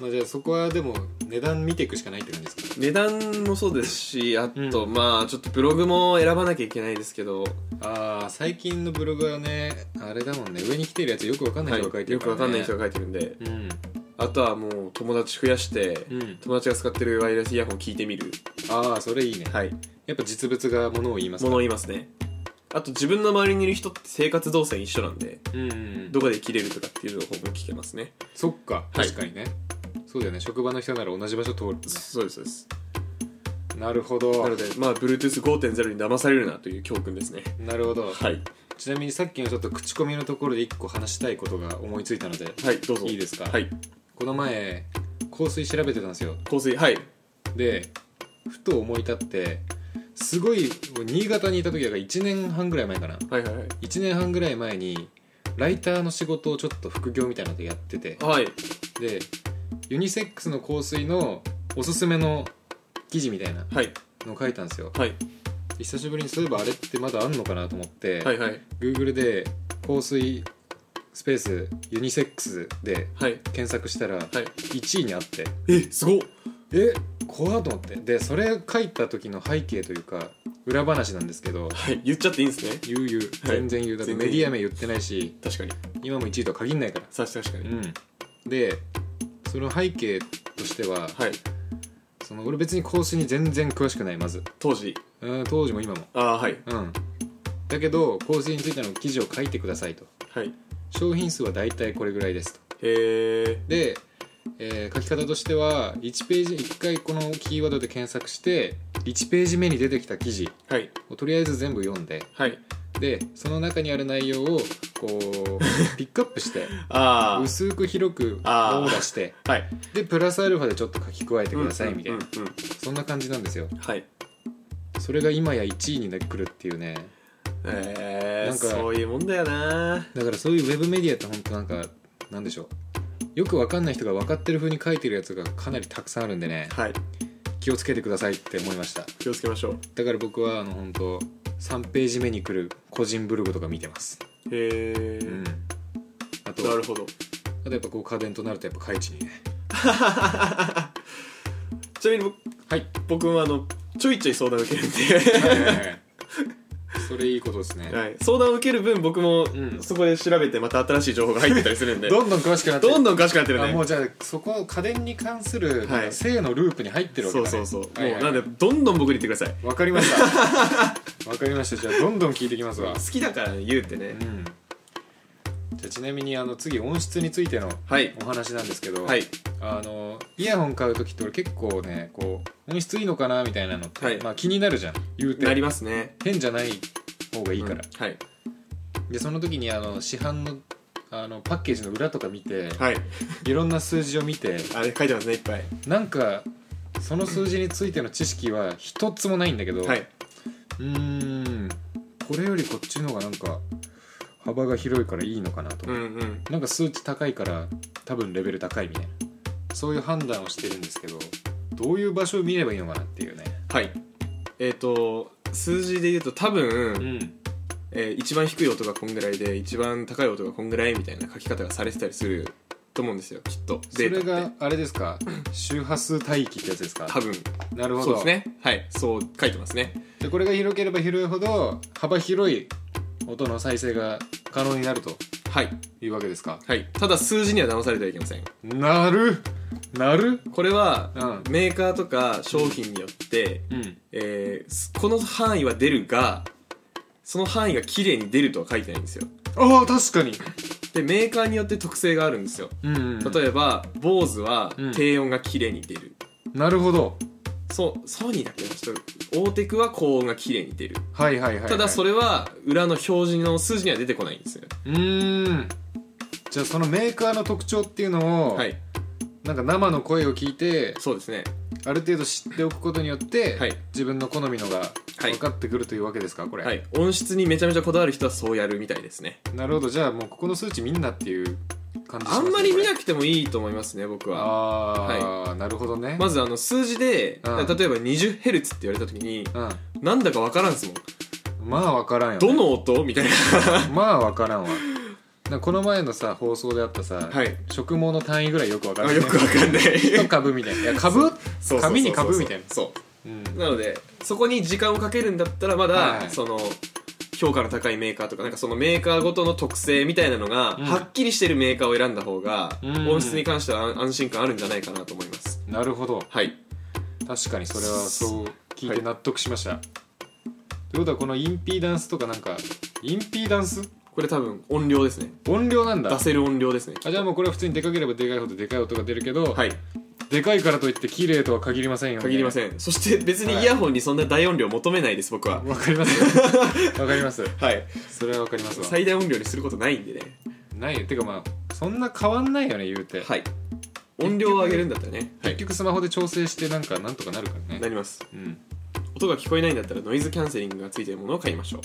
[SPEAKER 2] まあ、じゃあそこはでも値段見ていくしかないって感じですか
[SPEAKER 3] 値段もそうですしあと、
[SPEAKER 2] う
[SPEAKER 3] まあちょっとブログも選ばなきゃいけないですけど
[SPEAKER 2] ああ最近のブログはねあれだもんね上に来てるやつよくわかんない人が書いて
[SPEAKER 3] よ
[SPEAKER 2] るか
[SPEAKER 3] く
[SPEAKER 2] ら、
[SPEAKER 3] わ
[SPEAKER 2] ね
[SPEAKER 3] かんない人が書いてるんで
[SPEAKER 2] うん
[SPEAKER 3] あとはもう友達増やして、
[SPEAKER 2] うん
[SPEAKER 3] 友達が使ってるワイヤレスイヤホン聞いてみる
[SPEAKER 2] ああそれいいね、
[SPEAKER 3] はい
[SPEAKER 2] やっぱ実物がものを言います
[SPEAKER 3] も
[SPEAKER 2] か
[SPEAKER 3] のを言いますねあと自分の周りにいる人って生活動線一緒なんで
[SPEAKER 2] うんうん
[SPEAKER 3] どこで切れるとかっていう情報も聞けますね
[SPEAKER 2] そっか
[SPEAKER 3] はい
[SPEAKER 2] 確かにね、そうだよね職場の人なら同じ場所通るもんね
[SPEAKER 3] そうですそうです
[SPEAKER 2] なるほど
[SPEAKER 3] なのでまあ Bluetooth5.0 に騙されるなという教訓ですね
[SPEAKER 2] なるほど
[SPEAKER 3] はい
[SPEAKER 2] ちなみにさっきのちょっと口コミのところで一個話したいことが思いついたので
[SPEAKER 3] はいどうぞ
[SPEAKER 2] いいですか
[SPEAKER 3] はい
[SPEAKER 2] この前香水調べてたんですよ
[SPEAKER 3] 香水はい
[SPEAKER 2] でふと思い立ってすごい新潟にいた時だから1年半ぐらい前かな
[SPEAKER 3] はいはいはい
[SPEAKER 2] 1年半ぐらい前にライターの仕事をちょっと副業みたいなのでやってて
[SPEAKER 3] はい
[SPEAKER 2] でユニセックスの香水のおすすめの記事みたいな
[SPEAKER 3] はい
[SPEAKER 2] のを書いたんですよ
[SPEAKER 3] はい
[SPEAKER 2] 久しぶりにそういえばあれってまだあんのかなと思って、
[SPEAKER 3] はいはい
[SPEAKER 2] Google で香水スペースユニセックスで
[SPEAKER 3] はい
[SPEAKER 2] 検索したら
[SPEAKER 3] はい
[SPEAKER 2] 1位にあって
[SPEAKER 3] えすごっ
[SPEAKER 2] え怖っと思ってでそれ書いた時の背景というか裏話なんですけど
[SPEAKER 3] はい言っちゃっていいんですね
[SPEAKER 2] 言う言う
[SPEAKER 3] はい
[SPEAKER 2] 全然言う、だって
[SPEAKER 3] 全
[SPEAKER 2] メ
[SPEAKER 3] 然
[SPEAKER 2] デ
[SPEAKER 3] 言う
[SPEAKER 2] ィア名言ってないし
[SPEAKER 3] 確かに
[SPEAKER 2] 今も1位とは限んないから
[SPEAKER 3] さ確かに、
[SPEAKER 2] うんでその背景としては、
[SPEAKER 3] はい
[SPEAKER 2] その俺別に孔子に全然詳しくないまず
[SPEAKER 3] 当時
[SPEAKER 2] うん当時も今も
[SPEAKER 3] ああはい
[SPEAKER 2] うんだけど孔子についての記事を書いてくださいと
[SPEAKER 3] はい
[SPEAKER 2] 商品数は大体これぐらいですと
[SPEAKER 3] へえ
[SPEAKER 2] で、えー書き方としては1ページ1回このキーワードで検索して1ページ目に出てきた記事
[SPEAKER 3] はい
[SPEAKER 2] をとりあえず全部読んで
[SPEAKER 3] はい
[SPEAKER 2] でその中にある内容をこ
[SPEAKER 3] <laughs>
[SPEAKER 2] うピックアップして
[SPEAKER 3] ああ
[SPEAKER 2] 薄く広く
[SPEAKER 3] あー
[SPEAKER 2] 網出して
[SPEAKER 3] はい
[SPEAKER 2] でプラスアルファでちょっと書き加えてくださいみたいな、
[SPEAKER 3] うんうんうん
[SPEAKER 2] そんな感じなんですよ
[SPEAKER 3] うんはい
[SPEAKER 2] それが今や1位になってくるっていうね
[SPEAKER 3] え
[SPEAKER 2] なん
[SPEAKER 3] ー、
[SPEAKER 2] か
[SPEAKER 3] そういうもんだよな
[SPEAKER 2] だからそういうウェブメディアって本当なんかなんでしょうよくわかんない人が分かってる風に書いてるやつがかなりたくさんあるんでね
[SPEAKER 3] はい
[SPEAKER 2] 気をつけてくださいって思いました
[SPEAKER 3] 気をつけましょう
[SPEAKER 2] だから僕はあの本当3ページ目に来る個人ブログとか見てます、
[SPEAKER 3] へえ、
[SPEAKER 2] うん、あと
[SPEAKER 3] なるほど
[SPEAKER 2] あとやっぱこう家電となるとやっぱ開地にね
[SPEAKER 3] ちなみに僕
[SPEAKER 2] はい
[SPEAKER 3] 僕もあのちょいちょい相談を受けるん
[SPEAKER 2] <laughs>
[SPEAKER 3] で
[SPEAKER 2] それいいことですね
[SPEAKER 3] はい、相談を受ける分僕も
[SPEAKER 2] ん
[SPEAKER 3] そこで調べてまた新しい情報が入ってたりするん
[SPEAKER 2] <laughs>
[SPEAKER 3] で
[SPEAKER 2] どんどん詳しくなって
[SPEAKER 3] どん
[SPEAKER 2] ど
[SPEAKER 3] どんおかしくなってるね
[SPEAKER 2] もうじゃあそこは家電に関する
[SPEAKER 3] はい
[SPEAKER 2] 性のループに入ってるわけ
[SPEAKER 3] そ
[SPEAKER 2] だ、
[SPEAKER 3] う
[SPEAKER 2] ね
[SPEAKER 3] そうそう、
[SPEAKER 2] はいはい
[SPEAKER 3] もうなんでどんどん僕に言ってください
[SPEAKER 2] わかりましたわかりましたじゃあどんどん聞いていきますわ
[SPEAKER 3] 好きだからね言うってね、
[SPEAKER 2] うんじゃあちなみにあの次音質についての
[SPEAKER 3] はい
[SPEAKER 2] お話なんですけど、
[SPEAKER 3] はい
[SPEAKER 2] あのイヤホン買う時って俺結構ねこう音質いいのかなみたいなのって、
[SPEAKER 3] はい
[SPEAKER 2] まあ、気になるじゃん言うて
[SPEAKER 3] なりますね
[SPEAKER 2] 変じゃない方がいいから、
[SPEAKER 3] うんはい
[SPEAKER 2] でその時にあの市販のあのパッケージの裏とか見て、
[SPEAKER 3] はい
[SPEAKER 2] い、ろんな数字を見て
[SPEAKER 3] あれ書いてますねいっぱい
[SPEAKER 2] なんかその数字についての知識は一つもないんだけど、
[SPEAKER 3] はいう
[SPEAKER 2] ーんこれよりこっちの方がなんか幅が広いからいいのかなとか、
[SPEAKER 3] うんうん
[SPEAKER 2] なんか数値高いから多分レベル高いみたいなそういう判断をしてるんですけどどういう場所を見ればいいのかなっていうね
[SPEAKER 3] はいえっ、と数字で言うと多分、
[SPEAKER 2] ん
[SPEAKER 3] えー一番低い音がこんぐらいで一番高い音がこんぐらいみたいな書き方がされてたりすると思うんですよきっと
[SPEAKER 2] そ
[SPEAKER 3] デ
[SPEAKER 2] れ
[SPEAKER 3] ータって
[SPEAKER 2] があれですか周波数帯域ってやつですか
[SPEAKER 3] 多分
[SPEAKER 2] なるほど
[SPEAKER 3] そうですねはいそう書いてますね
[SPEAKER 2] でこれが広ければ広いほど幅広い音の再生が可能になると
[SPEAKER 3] はい
[SPEAKER 2] いうわけですか
[SPEAKER 3] はいただ数字には騙されてはいけません
[SPEAKER 2] なるなる
[SPEAKER 3] これは、
[SPEAKER 2] う
[SPEAKER 3] メーカーとか商品によって、
[SPEAKER 2] うん
[SPEAKER 3] えーすこの範囲は出るがその範囲が綺麗に出るとは書いてないんですよ
[SPEAKER 2] ああ確かに
[SPEAKER 3] でメーカーによって特性があるんですよ
[SPEAKER 2] うん、
[SPEAKER 3] 例えば BOSE は
[SPEAKER 2] うん
[SPEAKER 3] 低音が綺麗に出る、
[SPEAKER 2] なるほど
[SPEAKER 3] そうソニーだっけなちょっとオーテクは高音が綺麗に出る
[SPEAKER 2] はいはいはい、はい、
[SPEAKER 3] ただそ
[SPEAKER 2] れ
[SPEAKER 3] れは裏の表示の数字には出てこないんですよ
[SPEAKER 2] うーんじゃあそのメーカーの特徴っていうのを、
[SPEAKER 3] はい
[SPEAKER 2] なんか生の声を聞いて
[SPEAKER 3] そうですね
[SPEAKER 2] ある程度知っておくことによって、
[SPEAKER 3] はい
[SPEAKER 2] 自分の好みのが
[SPEAKER 3] はい
[SPEAKER 2] 分かってくるというわけですかこれ、
[SPEAKER 3] はい音質にめちゃめちゃこだわる人はそうやるみたいですね
[SPEAKER 2] なるほどじゃあもうここの数値見んなっていう感じし
[SPEAKER 3] あ
[SPEAKER 2] すね
[SPEAKER 3] んまり見
[SPEAKER 2] こ
[SPEAKER 3] なくてもいいと思いますね僕
[SPEAKER 2] れ
[SPEAKER 3] は
[SPEAKER 2] ああ、なるほどね
[SPEAKER 3] まずあの数字で、
[SPEAKER 2] うん
[SPEAKER 3] 例えば 20Hz って言われた時に
[SPEAKER 2] う
[SPEAKER 3] なんだかわからんすもん
[SPEAKER 2] んまあ分からんよ、ね、
[SPEAKER 3] どの音みたいな
[SPEAKER 2] まあ分からんわなんかこの前のさ放送であったさ、
[SPEAKER 3] はい
[SPEAKER 2] 植毛の単位ぐらいよく分から
[SPEAKER 3] あ
[SPEAKER 2] ん、
[SPEAKER 3] よくわかんない
[SPEAKER 2] 一株みたいないや株
[SPEAKER 3] そうそうそうそう
[SPEAKER 2] 紙に株みたいな
[SPEAKER 3] そ
[SPEAKER 2] うん
[SPEAKER 3] うなのでそこに時間をかけるんだったらまだ、
[SPEAKER 2] はい
[SPEAKER 3] その評価の高いメーカーとかなんかそのメーカーごとの特性みたいなのが、
[SPEAKER 2] うん
[SPEAKER 3] はっきりしてるメーカーを選んだ方が、
[SPEAKER 2] うん
[SPEAKER 3] 音質に関しては安安心感あるんじゃないかなと思います
[SPEAKER 2] なるほど
[SPEAKER 3] はい
[SPEAKER 2] 確かにそれはそう聞いて納得しました、ということはこのインピーダンスとかなんかインピーダンス
[SPEAKER 3] これ多分音量ですね
[SPEAKER 2] 音量なんだ
[SPEAKER 3] 出せる音量ですね
[SPEAKER 2] あじゃあもうこれは普通にでかければでかいほどでかい音が出るけど、
[SPEAKER 3] はい
[SPEAKER 2] でかいからといって綺麗とは限りませんよ、ね、
[SPEAKER 3] 限りませんそして別にイヤホンにそんな大音量求めないです僕は
[SPEAKER 2] わかります
[SPEAKER 3] <laughs>
[SPEAKER 2] わかります
[SPEAKER 3] はい
[SPEAKER 2] それはわかりますわ
[SPEAKER 3] 最大音量にすることないんでね
[SPEAKER 2] ないよてかまあそんな変わんないよね言うて、
[SPEAKER 3] はい音量を上げるんだったらねは
[SPEAKER 2] 結
[SPEAKER 3] い
[SPEAKER 2] 局スマホで調整してなんかなんとかなるから
[SPEAKER 3] な
[SPEAKER 2] ね
[SPEAKER 3] ります
[SPEAKER 2] うん
[SPEAKER 3] 音が聞こえないんだったらノイズキャンセリングがついてるものを買いましょう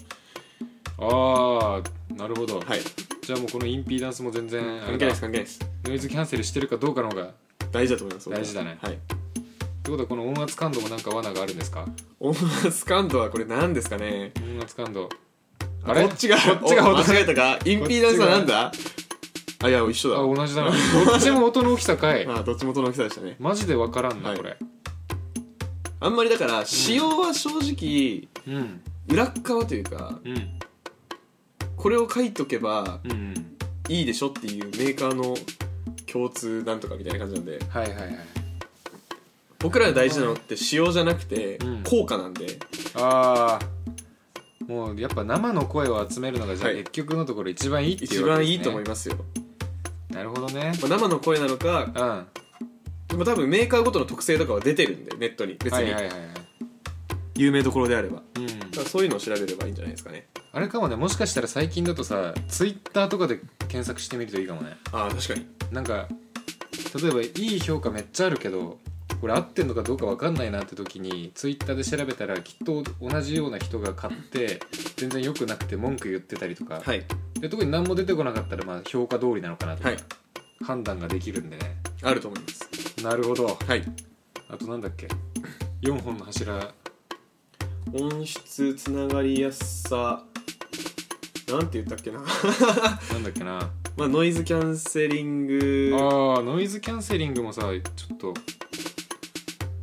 [SPEAKER 2] ああなるほど、
[SPEAKER 3] はい
[SPEAKER 2] じゃあもうこのインピーダンスも全然あ
[SPEAKER 3] 関
[SPEAKER 2] れ
[SPEAKER 3] 係ない
[SPEAKER 2] だ
[SPEAKER 3] です関係ないです
[SPEAKER 2] ノイズキャンセルしてるかどうかの方が
[SPEAKER 3] 大事だと思います
[SPEAKER 2] 大事だね
[SPEAKER 3] はい
[SPEAKER 2] ってことはこの音圧感度もなんか罠があるんですか
[SPEAKER 3] 音圧感度はこれ何ですかね
[SPEAKER 2] 音圧感度
[SPEAKER 3] こっちが
[SPEAKER 2] こっちが
[SPEAKER 3] お
[SPEAKER 2] 音
[SPEAKER 3] 間違えたかインピーダンスはなんだあいや一緒
[SPEAKER 2] あ
[SPEAKER 3] だわ
[SPEAKER 2] 同じだなどっちも音の大きさか
[SPEAKER 3] <laughs>
[SPEAKER 2] い
[SPEAKER 3] あどっちもとの大きさでしたね
[SPEAKER 2] マジで分からんな、
[SPEAKER 3] はい
[SPEAKER 2] これ
[SPEAKER 3] あんまりだから仕様は正直
[SPEAKER 2] うん
[SPEAKER 3] 裏っ側というか
[SPEAKER 2] うん
[SPEAKER 3] これを書いとけば
[SPEAKER 2] うんうん
[SPEAKER 3] いいでしょっていうメーカーの共通なんとかみたいな感じなんで
[SPEAKER 2] はいはいはい
[SPEAKER 3] 僕らが大事なのって仕様じゃなくて
[SPEAKER 2] うん
[SPEAKER 3] 効果なんで
[SPEAKER 2] ああもうやっぱ生の声を集めるのがじゃあ
[SPEAKER 3] はい
[SPEAKER 2] 結局のところ一番いいってい
[SPEAKER 3] 一
[SPEAKER 2] うわけで
[SPEAKER 3] 番
[SPEAKER 2] す、ね、
[SPEAKER 3] いいと思いますよ
[SPEAKER 2] すなるほどね
[SPEAKER 3] まあ生の声なのか
[SPEAKER 2] うんは
[SPEAKER 3] でも多分メーカーごとの特性とかは出てるんでネットに
[SPEAKER 2] い
[SPEAKER 3] 別
[SPEAKER 2] はい
[SPEAKER 3] に
[SPEAKER 2] はいはい、
[SPEAKER 3] 有名どころであればだ
[SPEAKER 2] うん、
[SPEAKER 3] からそういうのを調べればいいんじゃないですかね
[SPEAKER 2] あれかもねもしかしたら最近だとさツイッターとかで検索してみるといいかもね
[SPEAKER 3] ああ確かに
[SPEAKER 2] なんか例えばいい評価めっちゃあるけどこれ合ってんのかどうか分かんないなって時にツイッターで調べたらきっと同じような人が買って全然良くなくて文句言ってたりとか、
[SPEAKER 3] はい
[SPEAKER 2] で特に何も出てこなかったらまあ評価通りなのかなとか、
[SPEAKER 3] はい
[SPEAKER 2] 判断ができるんでね
[SPEAKER 3] あると思います
[SPEAKER 2] なるほど
[SPEAKER 3] はい
[SPEAKER 2] あとなんだっけ4本の柱
[SPEAKER 3] 音質つながりやすさなんて言ったっけな <laughs>
[SPEAKER 2] なんだっけなあ
[SPEAKER 3] まあノイズキャンセリングは
[SPEAKER 2] ーノイズキャンセリングもさちょっと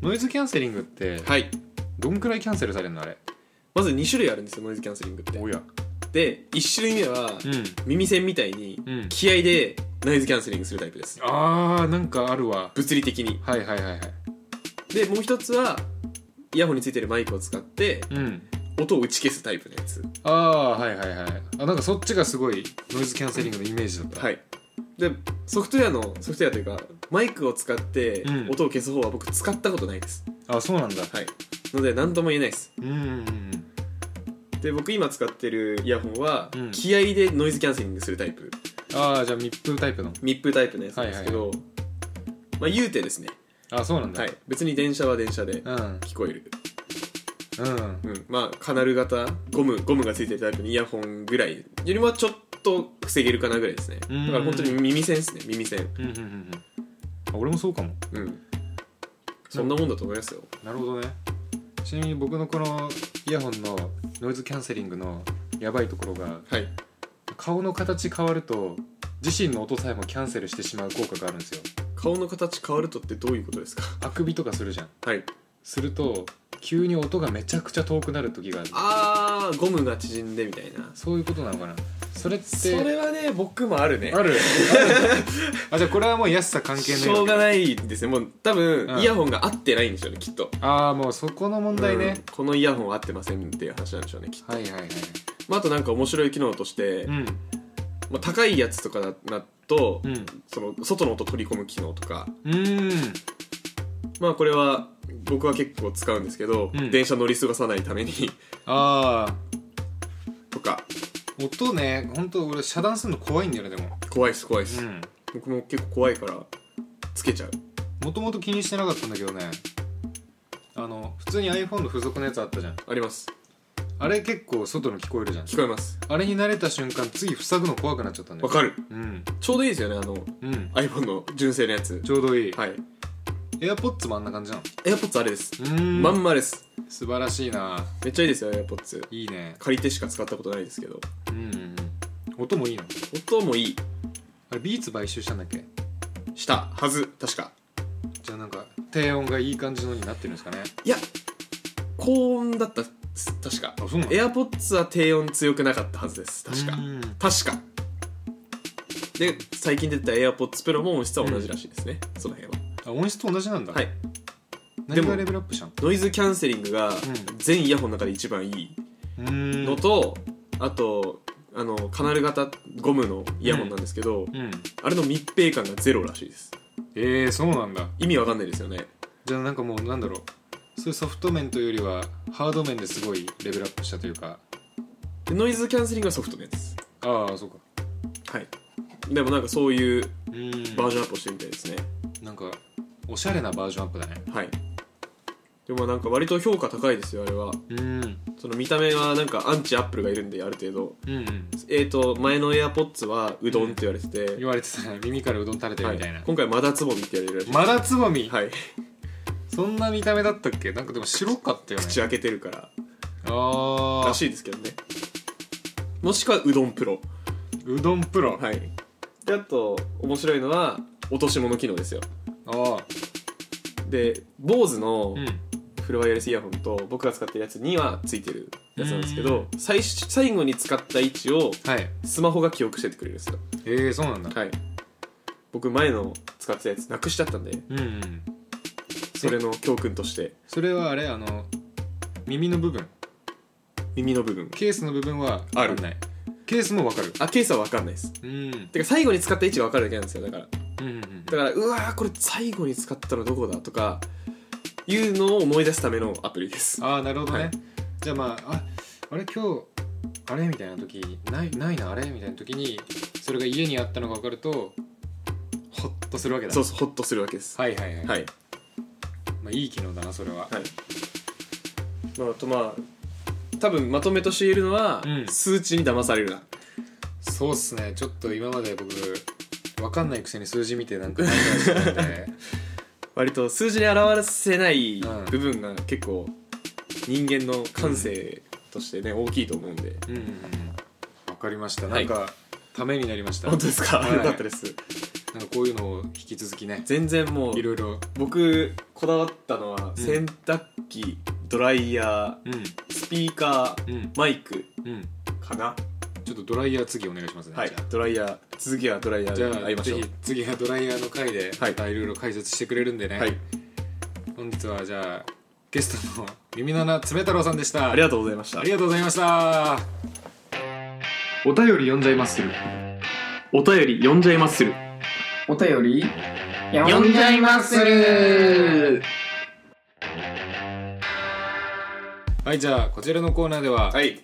[SPEAKER 2] ノイズキャンセリングって
[SPEAKER 3] い
[SPEAKER 2] どんくらいキャンセルされるのあれ
[SPEAKER 3] まず2種類あるんですよノイズキャンセリングって
[SPEAKER 2] おや
[SPEAKER 3] で1種類目は
[SPEAKER 2] うん
[SPEAKER 3] 耳栓みたいに
[SPEAKER 2] うん
[SPEAKER 3] 気合でノイズキャンセリングするタイプです
[SPEAKER 2] あーなんかあるわ
[SPEAKER 3] 物理的に
[SPEAKER 2] はいはいはいはい
[SPEAKER 3] でもう一つはイヤホンについてるマイクを使って
[SPEAKER 2] うん
[SPEAKER 3] 音を打ち消すタイプのやつ
[SPEAKER 2] ああはいはいはいあなんかそっちがすごいノイズキャンセリングのイメージだった
[SPEAKER 3] はいでソフトウェアのソフトウェアというかマイクを使って
[SPEAKER 2] うん
[SPEAKER 3] 音を消す方は僕使ったことないです、
[SPEAKER 2] あそうなんだ
[SPEAKER 3] はいので何とも言えないです
[SPEAKER 2] うんうん
[SPEAKER 3] で僕今使ってるイヤホンは、
[SPEAKER 2] うん
[SPEAKER 3] 気合でノイズキャンセリングするタイプ
[SPEAKER 2] ああじゃあ密封タイプの
[SPEAKER 3] 密封タイプのやつなんですけど、まあ言うてですね、
[SPEAKER 2] あそうなんだ、
[SPEAKER 3] はい、別に電車は電車で
[SPEAKER 2] うん
[SPEAKER 3] 聞こえる、
[SPEAKER 2] うん
[SPEAKER 3] うんまあカナル型ゴムゴムがついてるタイプのイヤホンぐらいよりもちょっと防げるかなぐらいですねだ
[SPEAKER 2] うん
[SPEAKER 3] から本当に耳栓ですね耳栓
[SPEAKER 2] うんうんうんうんあ俺もそうかも
[SPEAKER 3] うんそんなもんだと思いますよ
[SPEAKER 2] なるほどねちなみに僕のこのイヤホンのノイズキャンセリングのやばいところが
[SPEAKER 3] はい
[SPEAKER 2] 顔の形変わると自身の音さえもキャンセルしてしまう効果があるんですよ
[SPEAKER 3] 顔の形変わるとってどういうことですか
[SPEAKER 2] あくびとかするじゃん
[SPEAKER 3] はい
[SPEAKER 2] すると急に音がめちゃくちゃ遠くなる時がある
[SPEAKER 3] あーゴムが縮んでみたいな
[SPEAKER 2] そういうことなのかなそれって
[SPEAKER 3] それはね僕もあるね
[SPEAKER 2] あるあじゃあこれはもう安さ関係ない
[SPEAKER 3] しょうがないですねもう多分、
[SPEAKER 2] うん
[SPEAKER 3] イヤホンが合ってないんでしょうねきっと
[SPEAKER 2] ああもうそこの問題ね
[SPEAKER 3] うん、このイヤホン合ってませんっていう話なんでしょうねきっと、
[SPEAKER 2] はいはいはい
[SPEAKER 3] まあ、あとなんか面白い機能として、
[SPEAKER 2] うん
[SPEAKER 3] まあ、高いやつとかだなと、
[SPEAKER 2] うん
[SPEAKER 3] その外の音取り込む機能とか
[SPEAKER 2] うーん
[SPEAKER 3] まあこれは僕は結構使うんですけど、
[SPEAKER 2] うん
[SPEAKER 3] 電車乗り過ごさないために <laughs>
[SPEAKER 2] ああ
[SPEAKER 3] とか
[SPEAKER 2] 音ね本当俺遮断するの怖いんだよねでも
[SPEAKER 3] 怖いです怖いです、
[SPEAKER 2] うん
[SPEAKER 3] 僕も結構怖いからつけちゃう
[SPEAKER 2] もともと気にしてなかったんだけどねあの普通に iPhone の付属のやつあったじゃん
[SPEAKER 3] あります
[SPEAKER 2] あれ結構外の聞こえるじゃん
[SPEAKER 3] 聞こえます
[SPEAKER 2] あれに慣れた瞬間次塞ぐの怖くなっちゃったんだ
[SPEAKER 3] わ
[SPEAKER 2] よ
[SPEAKER 3] かる
[SPEAKER 2] うん
[SPEAKER 3] ちょうどいいですよねあの
[SPEAKER 2] うん
[SPEAKER 3] iPhone の純正のやつ
[SPEAKER 2] ちょうどいい、
[SPEAKER 3] はい
[SPEAKER 2] AirPods もあんな感じなの
[SPEAKER 3] AirPods あれです
[SPEAKER 2] うーん
[SPEAKER 3] まんまです
[SPEAKER 2] 素晴らしいな
[SPEAKER 3] めっちゃいいですよ AirPods
[SPEAKER 2] いいね
[SPEAKER 3] 借りてしか使ったことないですけど
[SPEAKER 2] うんうんうん音もいいの
[SPEAKER 3] 音もいい
[SPEAKER 2] あれビーツ買収したんだっけ
[SPEAKER 3] したはず確か
[SPEAKER 2] じゃあなんか低音がいい感じのになってるんですかね
[SPEAKER 3] いや高音だったっす確か
[SPEAKER 2] あそうなの
[SPEAKER 3] AirPods は低音強くなかったはずです確か
[SPEAKER 2] うん
[SPEAKER 3] 確かで最近出た AirPods Pro も音質は同じらしいですね、その辺は
[SPEAKER 2] あ音質と同じなんだ
[SPEAKER 3] はいで
[SPEAKER 2] 何
[SPEAKER 3] も
[SPEAKER 2] がレベルアップしたの
[SPEAKER 3] ノイズキャンセリングが
[SPEAKER 2] ん
[SPEAKER 3] 全イヤホンの中で一番いいう
[SPEAKER 2] ーん
[SPEAKER 3] のと、あとあのカナル型ゴムのイヤホンなんですけ
[SPEAKER 2] う
[SPEAKER 3] ど、
[SPEAKER 2] ん
[SPEAKER 3] あれの密閉感がゼロらしいです
[SPEAKER 2] ええそうなんだ
[SPEAKER 3] 意味わかんないですよね
[SPEAKER 2] じゃあなんかもうなんだろうそういうソフト面というよりはハード面ですごいレベルアップしたというか
[SPEAKER 3] でノイズキャンセリングはソフトのやつです
[SPEAKER 2] ああそうか
[SPEAKER 3] はいでもなんかそういう
[SPEAKER 2] うーん
[SPEAKER 3] バージョンアップをしてみたいですね、
[SPEAKER 2] なんかおしゃれなバージョンアップだね
[SPEAKER 3] はいでもなんか割と評価高いですよあれは
[SPEAKER 2] うんうん
[SPEAKER 3] その見た目はなんかアンチアップルがいるんである程度
[SPEAKER 2] うん
[SPEAKER 3] えー、と前の AirPods はうどんって言われてて、
[SPEAKER 2] 言われてたね耳からうどん垂れてる
[SPEAKER 3] は
[SPEAKER 2] みたいな、
[SPEAKER 3] 今回まだつぼみって言われるらしい
[SPEAKER 2] まだつぼみ、
[SPEAKER 3] はい
[SPEAKER 2] そんな見た目だったっけなんかでも白かったよね
[SPEAKER 3] 口開けてるから
[SPEAKER 2] ああ
[SPEAKER 3] らしいですけどねもしくはうどんプロ
[SPEAKER 2] うどんプロ、
[SPEAKER 3] はいであと面白いのは落とし物機能ですよ
[SPEAKER 2] ああ
[SPEAKER 3] で BOSE の
[SPEAKER 2] うん
[SPEAKER 3] フルワイヤレスイヤホンと僕が使ってるやつにはついてるやつなんですけど最初最後に使った位置を
[SPEAKER 2] はい
[SPEAKER 3] スマホが記憶しててくれるんですよ
[SPEAKER 2] ええそうなんだ
[SPEAKER 3] はい僕前の使ってたやつなくしちゃったんで
[SPEAKER 2] うんうん
[SPEAKER 3] それの教訓として
[SPEAKER 2] それはあれあの耳の部分
[SPEAKER 3] 耳の部分
[SPEAKER 2] ケースの部分は
[SPEAKER 3] あ
[SPEAKER 2] 分
[SPEAKER 3] る
[SPEAKER 2] かんないケースも分かる
[SPEAKER 3] あケースは分かんないです
[SPEAKER 2] うんうん
[SPEAKER 3] てか最後に使った位置が分かるだけなんですよだから
[SPEAKER 2] うんうん
[SPEAKER 3] だからうわーこれ最後に使ったのどこだとかいうのを思い出すためのアプリです
[SPEAKER 2] ああなるほどね、
[SPEAKER 3] はい
[SPEAKER 2] じゃあまあああれ今日あれみたいな時ないないなあれみたいな時にそれが家にあったのが分かるとホッとするわけだ
[SPEAKER 3] そうそうホッとするわけです
[SPEAKER 2] はいはいはい、
[SPEAKER 3] はい
[SPEAKER 2] まあ、いい機能だなそれは、
[SPEAKER 3] はいまあ、あとまあ多分まとめとして言えるのは、
[SPEAKER 2] うん
[SPEAKER 3] 数値に騙されるな
[SPEAKER 2] そうっすねちょっと今まで僕分かんないくせに数字見てなんか考えてたんで
[SPEAKER 3] 割と数字に表せない
[SPEAKER 2] うん
[SPEAKER 3] 部分が結構人間の感性としてね、大きいと思うんで
[SPEAKER 2] うんうんうん分かりましたな
[SPEAKER 3] は
[SPEAKER 2] ん
[SPEAKER 3] い
[SPEAKER 2] か、ためになりました
[SPEAKER 3] 本当ですか、
[SPEAKER 2] はい
[SPEAKER 3] よかったです
[SPEAKER 2] なんかこういうのを引き続きね
[SPEAKER 3] 全然もう
[SPEAKER 2] いろいろ
[SPEAKER 3] 僕こだわったのは、洗濯機ドライヤ
[SPEAKER 2] うん
[SPEAKER 3] ースピーカー、
[SPEAKER 2] うん
[SPEAKER 3] マイク
[SPEAKER 2] うん
[SPEAKER 3] かな
[SPEAKER 2] ちょっとドライヤー次お願いしますね、
[SPEAKER 3] はい
[SPEAKER 2] じゃあ
[SPEAKER 3] ドライヤー続きはドライヤ
[SPEAKER 2] じゃ
[SPEAKER 3] ーで会い
[SPEAKER 2] あ
[SPEAKER 3] まし
[SPEAKER 2] ぜ
[SPEAKER 3] ょう
[SPEAKER 2] ひ次はドライヤーの回で
[SPEAKER 3] はい
[SPEAKER 2] またいろいろ解説してくれるんでね、
[SPEAKER 3] はい
[SPEAKER 2] 本日はじゃあゲストの耳の穴爪太郎さんでした
[SPEAKER 3] ありがとうございました
[SPEAKER 2] ありがとうございましたお便り読んじゃいます
[SPEAKER 3] お便り読んじゃいまする
[SPEAKER 5] お便り読んじゃいまする
[SPEAKER 2] はいじゃあこちらのコーナーでは、
[SPEAKER 3] はい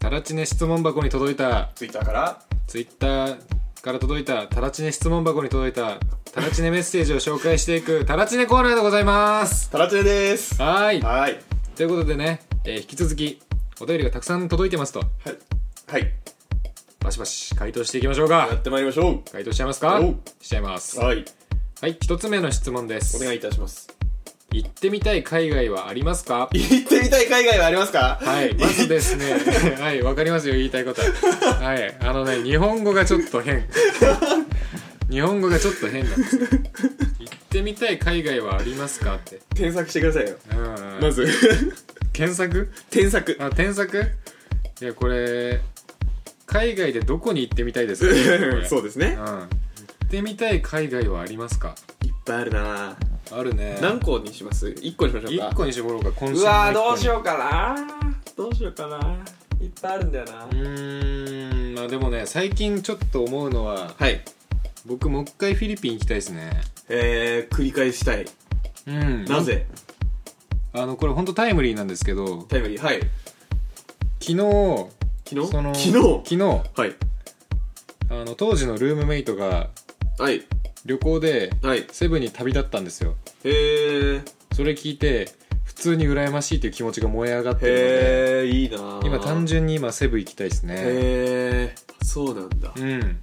[SPEAKER 2] タラチネ質問箱に届いた
[SPEAKER 3] ツイッターから
[SPEAKER 2] ツイッターから届いたタラチネ質問箱に届いたタラチネメッセージを紹介していくタラチネコーナーでございます
[SPEAKER 3] タラチネです
[SPEAKER 2] はーい
[SPEAKER 3] はい
[SPEAKER 2] ということでね、えー引き続きお便りがたくさん届いてますと
[SPEAKER 3] はいはい
[SPEAKER 2] バシバシ回答していきましょうか
[SPEAKER 3] やってまいりましょう
[SPEAKER 2] 回答しちゃいますか
[SPEAKER 3] おう
[SPEAKER 2] しちゃいます
[SPEAKER 3] はい
[SPEAKER 2] はい一つ目の質問です
[SPEAKER 3] お願いいたします
[SPEAKER 2] 行ってみたい海外はありますか
[SPEAKER 3] 行ってみたい海外はありますか
[SPEAKER 2] はい、まずですね、
[SPEAKER 3] <laughs>
[SPEAKER 2] はい、わかりますよ、言いたいことは。はい、あのね、日本語がちょっと
[SPEAKER 3] <laughs>
[SPEAKER 2] 変。日本語がちょっと変なんですよ。行ってみたい海外はありますかって。
[SPEAKER 3] 検索してくださいよ
[SPEAKER 2] うん、
[SPEAKER 3] <laughs> まず
[SPEAKER 2] 検索
[SPEAKER 3] 添削
[SPEAKER 2] あ、添削いや、これ、海外でどこに行ってみたいですか、これ
[SPEAKER 3] <laughs> そうです
[SPEAKER 2] う
[SPEAKER 3] ね
[SPEAKER 2] ん。行ってみたい海外はありますか
[SPEAKER 3] いっぱいあるな
[SPEAKER 2] あるね。
[SPEAKER 3] 何個にします一個にしましょうか
[SPEAKER 2] 一個に絞ろうか、今週
[SPEAKER 3] う
[SPEAKER 2] の
[SPEAKER 3] わー
[SPEAKER 2] 一個に
[SPEAKER 3] どうしようかなどうしようかないっぱいあるんだよな
[SPEAKER 2] うーん、まあでもね、最近ちょっと思うのは、
[SPEAKER 3] はい
[SPEAKER 2] 僕もう一回フィリピン行きたいですね
[SPEAKER 3] えー、繰り返したい
[SPEAKER 2] うん
[SPEAKER 3] なぜ
[SPEAKER 2] あのこれ本当タイムリーなんですけど
[SPEAKER 3] タイムリーはい
[SPEAKER 2] 昨日
[SPEAKER 3] 昨日
[SPEAKER 2] その
[SPEAKER 3] 昨日
[SPEAKER 2] 昨日
[SPEAKER 3] はい
[SPEAKER 2] あの当時のルームメイトが
[SPEAKER 3] はい
[SPEAKER 2] 旅行で
[SPEAKER 3] はい
[SPEAKER 2] セブンに旅立ったんですよ
[SPEAKER 3] えー、
[SPEAKER 2] それ聞いて普通に羨ましいという気持ちが燃え上がってるので
[SPEAKER 3] へえいいなー
[SPEAKER 2] 今単純に今セブン行きたいですね
[SPEAKER 3] へえそうなんだ
[SPEAKER 2] うん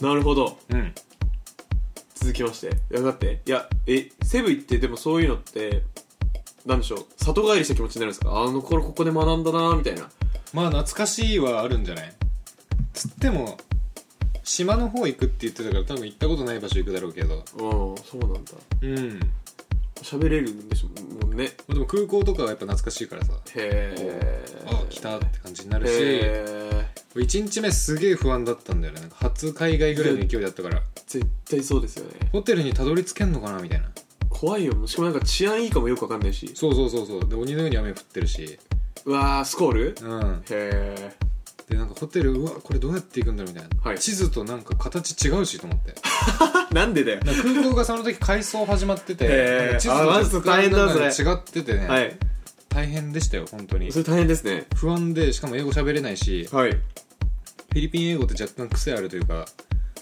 [SPEAKER 3] なるほど
[SPEAKER 2] うん
[SPEAKER 3] 続きましていやだっていやえセブ行ってでもそういうのってなんでしょう里帰りした気持ちになるんですかあの頃ここで学んだなーみたいな
[SPEAKER 2] まあ懐かしいはあるんじゃないつっても島の方行くって言ってたから多分行ったことない場所行くだろうけど
[SPEAKER 3] うんそうなんだ
[SPEAKER 2] うんま
[SPEAKER 3] 喋れるんでしょもうねへ
[SPEAKER 2] あでも空港とかはやっぱ懐かしいからさ
[SPEAKER 3] え
[SPEAKER 2] あ来たって感じになるし
[SPEAKER 3] へえ
[SPEAKER 2] 1日目すげえ不安だったんだよねなんか初海外ぐらいの勢いだったから
[SPEAKER 3] 絶対そうですよね
[SPEAKER 2] ホテルにたどり着けんのかなみたいな
[SPEAKER 3] 怖いよしかもなんか治安いいかもよくわかんないし
[SPEAKER 2] そうそうそうそうで鬼のように雨降ってるし
[SPEAKER 3] うわースコール
[SPEAKER 2] うん
[SPEAKER 3] へえ
[SPEAKER 2] でなんかホテルうわこれどうやって行くんだろうみたいな、
[SPEAKER 3] はい
[SPEAKER 2] 地図となんか形違うしと思って
[SPEAKER 3] なんでだよ
[SPEAKER 2] なんか空港がその時改装始まってて、
[SPEAKER 3] へー
[SPEAKER 2] なんか地
[SPEAKER 3] あマジで
[SPEAKER 2] 図と
[SPEAKER 3] 大変だそれ
[SPEAKER 2] 違っててね、
[SPEAKER 3] はい
[SPEAKER 2] 大変でしたよ本当に
[SPEAKER 3] それ大変ですね
[SPEAKER 2] 不安でしかも英語喋れないしフ
[SPEAKER 3] はい
[SPEAKER 2] ィリピン英語って若干癖あるというか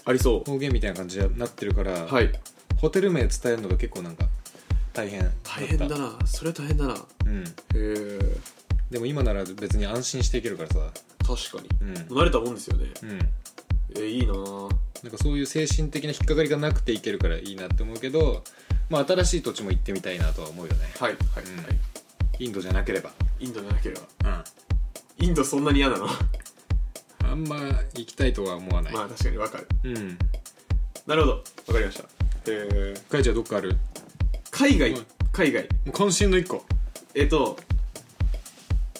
[SPEAKER 3] ありそ
[SPEAKER 2] 方言みたいな感じになってるから、
[SPEAKER 3] うはい
[SPEAKER 2] ホテル名伝えるのが結構なんか大変だった
[SPEAKER 3] 大変だなそれは大変だなへ
[SPEAKER 2] うん
[SPEAKER 3] え
[SPEAKER 2] でも今なら別に安心していけるからさ
[SPEAKER 3] 確かに
[SPEAKER 2] うん、
[SPEAKER 3] 慣れたもんですよね
[SPEAKER 2] うん、
[SPEAKER 3] えいいなぁ
[SPEAKER 2] なんかそういう精神的な引っかかりがなくていけるからいいなって思うけどまあ新しい土地も行ってみたいなとは思うよね
[SPEAKER 3] はいはい、
[SPEAKER 2] うん
[SPEAKER 3] はい
[SPEAKER 2] インドじゃなければ
[SPEAKER 3] インドじゃなければ
[SPEAKER 2] うんあ
[SPEAKER 3] インドそんなに嫌なの
[SPEAKER 2] のあんま行きたいとは思わない、
[SPEAKER 3] まあ確かにわかる
[SPEAKER 2] うん
[SPEAKER 3] なるほどわかりましたえー、
[SPEAKER 2] かいちゃんどっかある
[SPEAKER 3] 海外
[SPEAKER 6] はい
[SPEAKER 3] 海外
[SPEAKER 2] 渾身の一個
[SPEAKER 3] えっ、と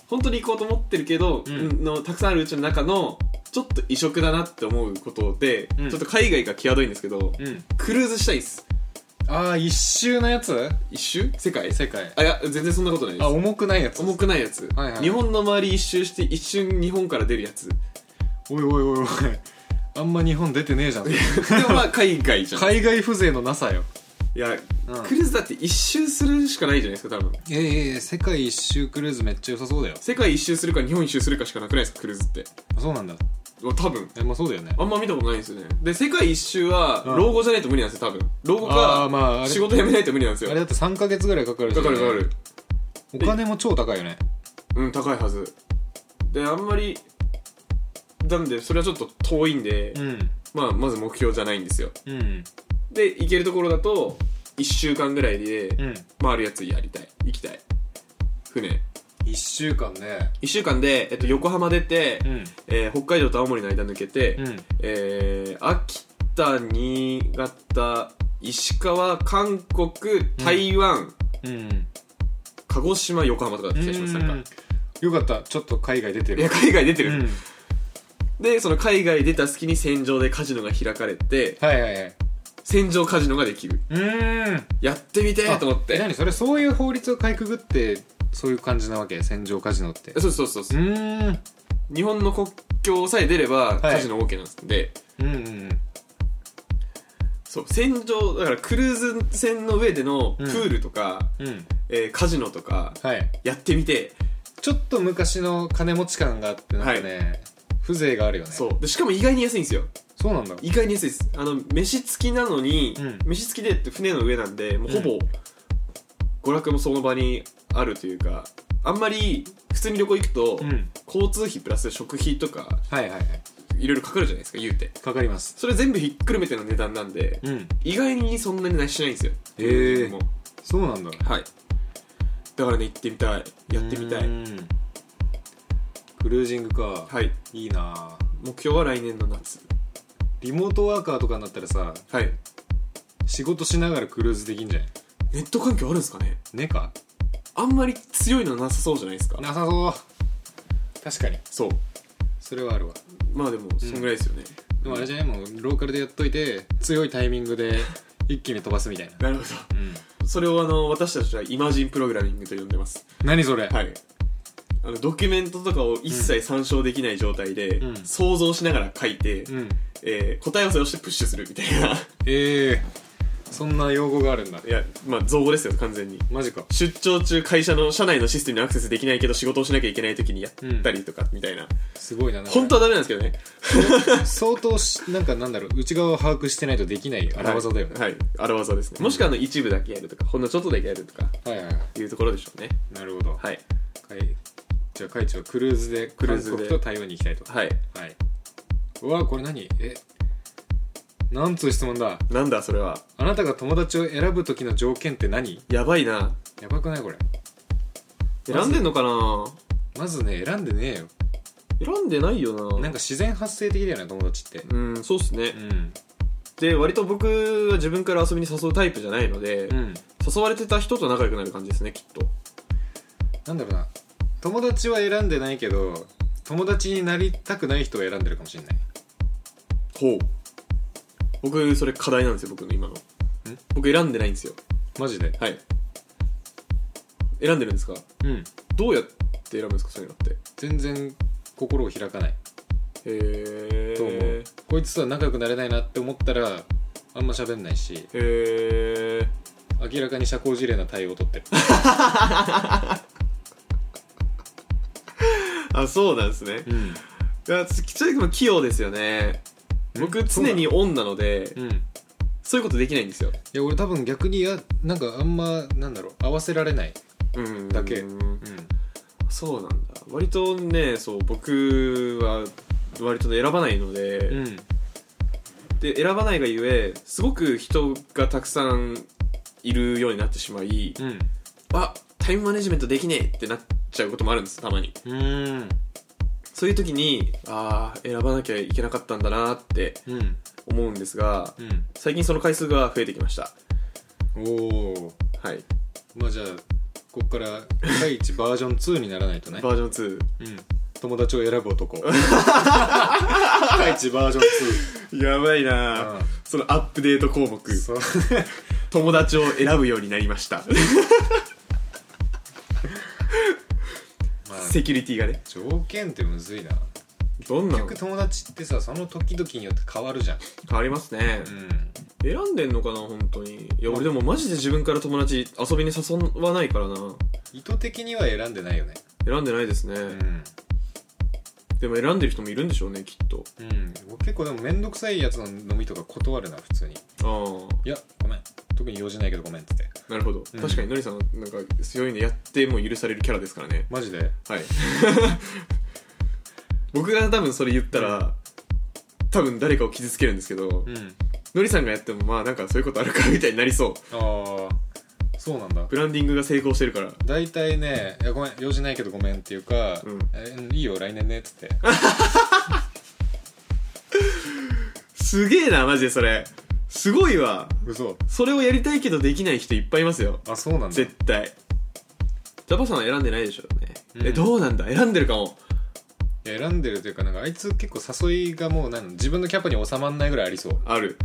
[SPEAKER 3] 本当に行こうと思ってるけど、
[SPEAKER 2] うん
[SPEAKER 3] のたくさんあるうちの中のちょっと異色だなって思うことで、
[SPEAKER 2] うん
[SPEAKER 3] ちょっと海外が際どいんですけど、
[SPEAKER 2] うん
[SPEAKER 3] クルーズしたいっす
[SPEAKER 2] ああ一周のやつ
[SPEAKER 3] 一周世界
[SPEAKER 2] 世界
[SPEAKER 3] あいや全然そんなことないで
[SPEAKER 2] あ
[SPEAKER 3] す
[SPEAKER 2] 重くないやつ
[SPEAKER 3] 重くないやつ、
[SPEAKER 2] はいはい
[SPEAKER 3] 日本の周り一周して一瞬日本から出るやつで
[SPEAKER 2] おいおいおいおいあんま日本出てね <laughs> えじゃん
[SPEAKER 3] もまあ海外じゃんい
[SPEAKER 2] 海外風情のなさよ
[SPEAKER 3] や、
[SPEAKER 2] うん
[SPEAKER 3] クルーズだって一周するしかないじゃないですか多分
[SPEAKER 2] いやいやいや世界一周クルーズめっちゃ良さそうだよ
[SPEAKER 3] 世界一周するか日本一周するかしかなくないですかクルーズって
[SPEAKER 2] あそうなんだ
[SPEAKER 3] 多分
[SPEAKER 2] えまあそうだよね
[SPEAKER 3] あんま見たことないんですよねで世界一周は
[SPEAKER 2] うん
[SPEAKER 3] 老後じゃないと無理なんですよ多分老後
[SPEAKER 2] あー
[SPEAKER 3] か、
[SPEAKER 2] まああれ
[SPEAKER 3] 仕事辞めないと無理なんです
[SPEAKER 2] あ
[SPEAKER 3] よ
[SPEAKER 2] れ
[SPEAKER 3] か
[SPEAKER 2] だって3ヶ月ぐらいかかるじゃん
[SPEAKER 3] かるかかる
[SPEAKER 2] お金も超高いよね
[SPEAKER 3] うん高いはずであんまりなんでそれはちょっと遠いんで、
[SPEAKER 2] うん
[SPEAKER 3] まあまず目標じゃないんですよ
[SPEAKER 2] うん
[SPEAKER 3] で行けるところだと1週間ぐらいで、
[SPEAKER 2] うん
[SPEAKER 3] 回るやつやりたい行きたい船
[SPEAKER 2] 1週間ね
[SPEAKER 3] 1週間で、えっと、横浜出て、
[SPEAKER 2] うん
[SPEAKER 3] えー北海道と青森の間抜けて、
[SPEAKER 2] うん
[SPEAKER 3] えー秋田新潟石川韓国台湾、
[SPEAKER 2] うん
[SPEAKER 3] 鹿児島横浜とかだった気がしますなんか
[SPEAKER 2] よかったちょっと海外出て
[SPEAKER 3] い
[SPEAKER 2] る
[SPEAKER 3] や海外出てる、
[SPEAKER 2] うん
[SPEAKER 3] でその海外出た隙に戦場でカジノが開かれて
[SPEAKER 2] はいはいはいう
[SPEAKER 3] 戦場カジノができる
[SPEAKER 2] ーん
[SPEAKER 3] やってみてーと思っ
[SPEAKER 2] え
[SPEAKER 3] て
[SPEAKER 2] 何それそういう法律をかいくぐってそういう感じなわけ戦場カジノって
[SPEAKER 3] そうそうそ
[SPEAKER 2] う
[SPEAKER 3] うそう
[SPEAKER 2] ーん
[SPEAKER 3] 日本の国境さえ出れば
[SPEAKER 2] い
[SPEAKER 3] カジノ OK なんですで、
[SPEAKER 2] うんうん
[SPEAKER 3] そう戦場だからクルーズ船の上でのプールとか、
[SPEAKER 2] うんうん
[SPEAKER 3] えーカジノとか
[SPEAKER 2] はい
[SPEAKER 3] やってみて、
[SPEAKER 2] ちょっと昔の金持ち感があってなんかね、風情があるよね
[SPEAKER 3] そうでしかも意外に安いんですよ
[SPEAKER 2] そうなんだ
[SPEAKER 3] 意外に安いですあの飯付きなのに、
[SPEAKER 2] うん
[SPEAKER 3] 飯付きでって船の上なんでもうほぼ娯楽もその場にあるというかあんまり普通に旅行行くと、
[SPEAKER 2] うん
[SPEAKER 3] 交通費プラス食費とか
[SPEAKER 2] はいはいはい
[SPEAKER 3] いろいろかかるじゃないですか言うて
[SPEAKER 2] かかります
[SPEAKER 3] それ全部ひっくるめての値段なんで、
[SPEAKER 2] うん
[SPEAKER 3] 意外にそんなになしないんですよ
[SPEAKER 2] へー
[SPEAKER 3] 自分も
[SPEAKER 2] そうなんだ
[SPEAKER 3] はいだからね行ってみたいやってみた
[SPEAKER 2] う
[SPEAKER 3] い
[SPEAKER 2] ーんクルージングか、
[SPEAKER 3] はい
[SPEAKER 2] い、いいな
[SPEAKER 3] 目標は来年の夏
[SPEAKER 2] リモートワーカーとかになったらさ
[SPEAKER 3] はい
[SPEAKER 2] 仕事しながらクルーズできんじゃん
[SPEAKER 3] ネット環境あるんですかね
[SPEAKER 2] ねか
[SPEAKER 3] あんまり強いのなさそうじゃないですか
[SPEAKER 2] なさそう確かに
[SPEAKER 3] そう
[SPEAKER 2] それはあるわ
[SPEAKER 3] まあでもそんぐらいですよね、
[SPEAKER 2] でもあれじゃないもうローカルでやっといて強いタイミングで一気に飛ばすみた
[SPEAKER 3] <laughs>
[SPEAKER 2] いな
[SPEAKER 3] なるほ
[SPEAKER 2] うん
[SPEAKER 3] どそれをあの私たちはイマジンプログラミングと呼んでます
[SPEAKER 2] 何それ、
[SPEAKER 3] はいあのドキュメントとかを一切参照できない状態で、
[SPEAKER 2] うん
[SPEAKER 3] 想像しながら書いて、
[SPEAKER 2] うん
[SPEAKER 3] えー答え合わせをしてプッシュするみたいな <laughs>
[SPEAKER 2] ええそんな用語があるんだ
[SPEAKER 3] いやまあ造語ですよ完全に
[SPEAKER 2] マジか
[SPEAKER 3] 出張中会社の社内のシステムにアクセスできないけど仕事をしなきゃいけない時にやったりとかみたいな、
[SPEAKER 2] すごいななんか
[SPEAKER 3] 本当はダメなんですけどね
[SPEAKER 2] 相当しなんかなんだろう内側を把握してないとできない荒技だよね、
[SPEAKER 3] はい、はい荒技ですねもしくはあの一部だけやるとかほんのちょっとだけやるとか
[SPEAKER 2] はい、はいはい
[SPEAKER 3] いうところでしょうね
[SPEAKER 2] なるほど、
[SPEAKER 3] はい
[SPEAKER 2] はい、じゃあ会長はクルーズで
[SPEAKER 3] クルーズ
[SPEAKER 2] 韓
[SPEAKER 3] で
[SPEAKER 2] 国と台湾に行きたいとは
[SPEAKER 3] はい
[SPEAKER 2] い、うわこれ何えなんつう質問だ
[SPEAKER 3] なんだそれは
[SPEAKER 2] あなたが友達を選ぶ時の条件って何
[SPEAKER 3] やばいな
[SPEAKER 2] やばくないこれ
[SPEAKER 3] 選んでんのかな
[SPEAKER 2] まずね選んでねえよ
[SPEAKER 3] 選んでないよな
[SPEAKER 2] なんか自然発生的だよね友達って
[SPEAKER 3] うんそうっすね、
[SPEAKER 2] うん
[SPEAKER 3] で割と僕は自分から遊びに誘うタイプじゃないので、
[SPEAKER 2] うん
[SPEAKER 3] 誘われてた人と仲良くなる感じですねきっと
[SPEAKER 2] なんだろうな友達は選んでないけど友達になりたくない人を選んでるかもしれない
[SPEAKER 3] ほう僕それ課題なんですよ僕の今の僕選んでないんですよ
[SPEAKER 2] マジで
[SPEAKER 3] はい選んでるんですか
[SPEAKER 2] うん
[SPEAKER 3] どうやって選ぶんですかそういうのって
[SPEAKER 2] 全然心を開かない
[SPEAKER 3] へえ
[SPEAKER 2] と思う、こいつとは仲良くなれないなって思ったらあんま喋んないし
[SPEAKER 3] へえ
[SPEAKER 2] 明らかに社交辞令な対応をとってる
[SPEAKER 3] あそうなんですね
[SPEAKER 2] うん
[SPEAKER 3] いやつちなみに器用ですよね僕常にオンなので
[SPEAKER 2] うんい
[SPEAKER 3] そういうことできないんですよ
[SPEAKER 2] や俺多分逆にやなんかあんまなんだろう合わせられない
[SPEAKER 3] うん
[SPEAKER 2] だけ
[SPEAKER 3] そうなんだ割とねそう僕は割とね選ばないので、
[SPEAKER 2] うんうん
[SPEAKER 3] で選ばないがゆえすごく人がたくさんいるようになってしまい、
[SPEAKER 2] うん
[SPEAKER 3] あタイムマネジメントできねえってなっちゃうこともあるんですたまに
[SPEAKER 2] うん
[SPEAKER 3] そういう時にああ選ばなきゃいけなかったんだなって
[SPEAKER 2] うん
[SPEAKER 3] 思うんですが最近その回数が増えてきました
[SPEAKER 2] うんおお
[SPEAKER 3] はい
[SPEAKER 2] まあじゃあここから第一バージョン2にならない <laughs> とね
[SPEAKER 3] バージョン
[SPEAKER 2] う
[SPEAKER 3] 2
[SPEAKER 2] ん友達を選ぶ男第一バージョン
[SPEAKER 3] やばいな、
[SPEAKER 2] うん
[SPEAKER 3] そのアップデート項目
[SPEAKER 2] 2そう
[SPEAKER 3] 友達を選ぶようになりました
[SPEAKER 2] まあ
[SPEAKER 3] セキュリティがね
[SPEAKER 2] 条件ってむずいな
[SPEAKER 3] どんな
[SPEAKER 2] 結
[SPEAKER 3] の
[SPEAKER 2] 局友達ってさその時々によって変わるじゃん
[SPEAKER 3] 変わりますね、
[SPEAKER 2] うん
[SPEAKER 3] 選んでんのかな本当にいや俺でもマジで自分から友達遊びに誘わないからな
[SPEAKER 2] 意図的には選んでないよね
[SPEAKER 3] 選んでないですね、
[SPEAKER 2] うん、
[SPEAKER 3] でも選んでる人もいるんでしょうねきっと
[SPEAKER 2] うん、僕結構でも面倒くさいやつの飲みとか断るな普通にい
[SPEAKER 3] ああ
[SPEAKER 2] やごめん特に用事ないけどごめんっつって
[SPEAKER 3] なるほど、
[SPEAKER 2] うん
[SPEAKER 3] 確かにのりさんはなんかそういうのやっても許されるキャラですからね
[SPEAKER 2] マジで
[SPEAKER 3] はい <laughs> 僕が多分それ言ったら、多分誰かを傷つけるんですけど、
[SPEAKER 2] うん
[SPEAKER 3] のりさんがやってもまあなんかそういうことあるかみたいになりそう
[SPEAKER 2] ああそうなんだ
[SPEAKER 3] ブランディングが成功してるから
[SPEAKER 2] 大体ね「いやごめん用事ないけどごめん」っていうか「
[SPEAKER 3] うん
[SPEAKER 2] えうんいいよ来年ね」っつって
[SPEAKER 3] すげえなマジでそれすごいわ
[SPEAKER 2] 嘘
[SPEAKER 3] それをやりたいけどできない人いっぱいいますよ
[SPEAKER 2] あそうなんだ
[SPEAKER 3] 絶対ジャパさんは選んでないでしょうね、
[SPEAKER 2] うん
[SPEAKER 3] えどうなんだ選んでるかも
[SPEAKER 2] いや選んでるというかなんかあいつ結構誘いがもうなん自分のキャパに収まんないぐらいありそう
[SPEAKER 3] ある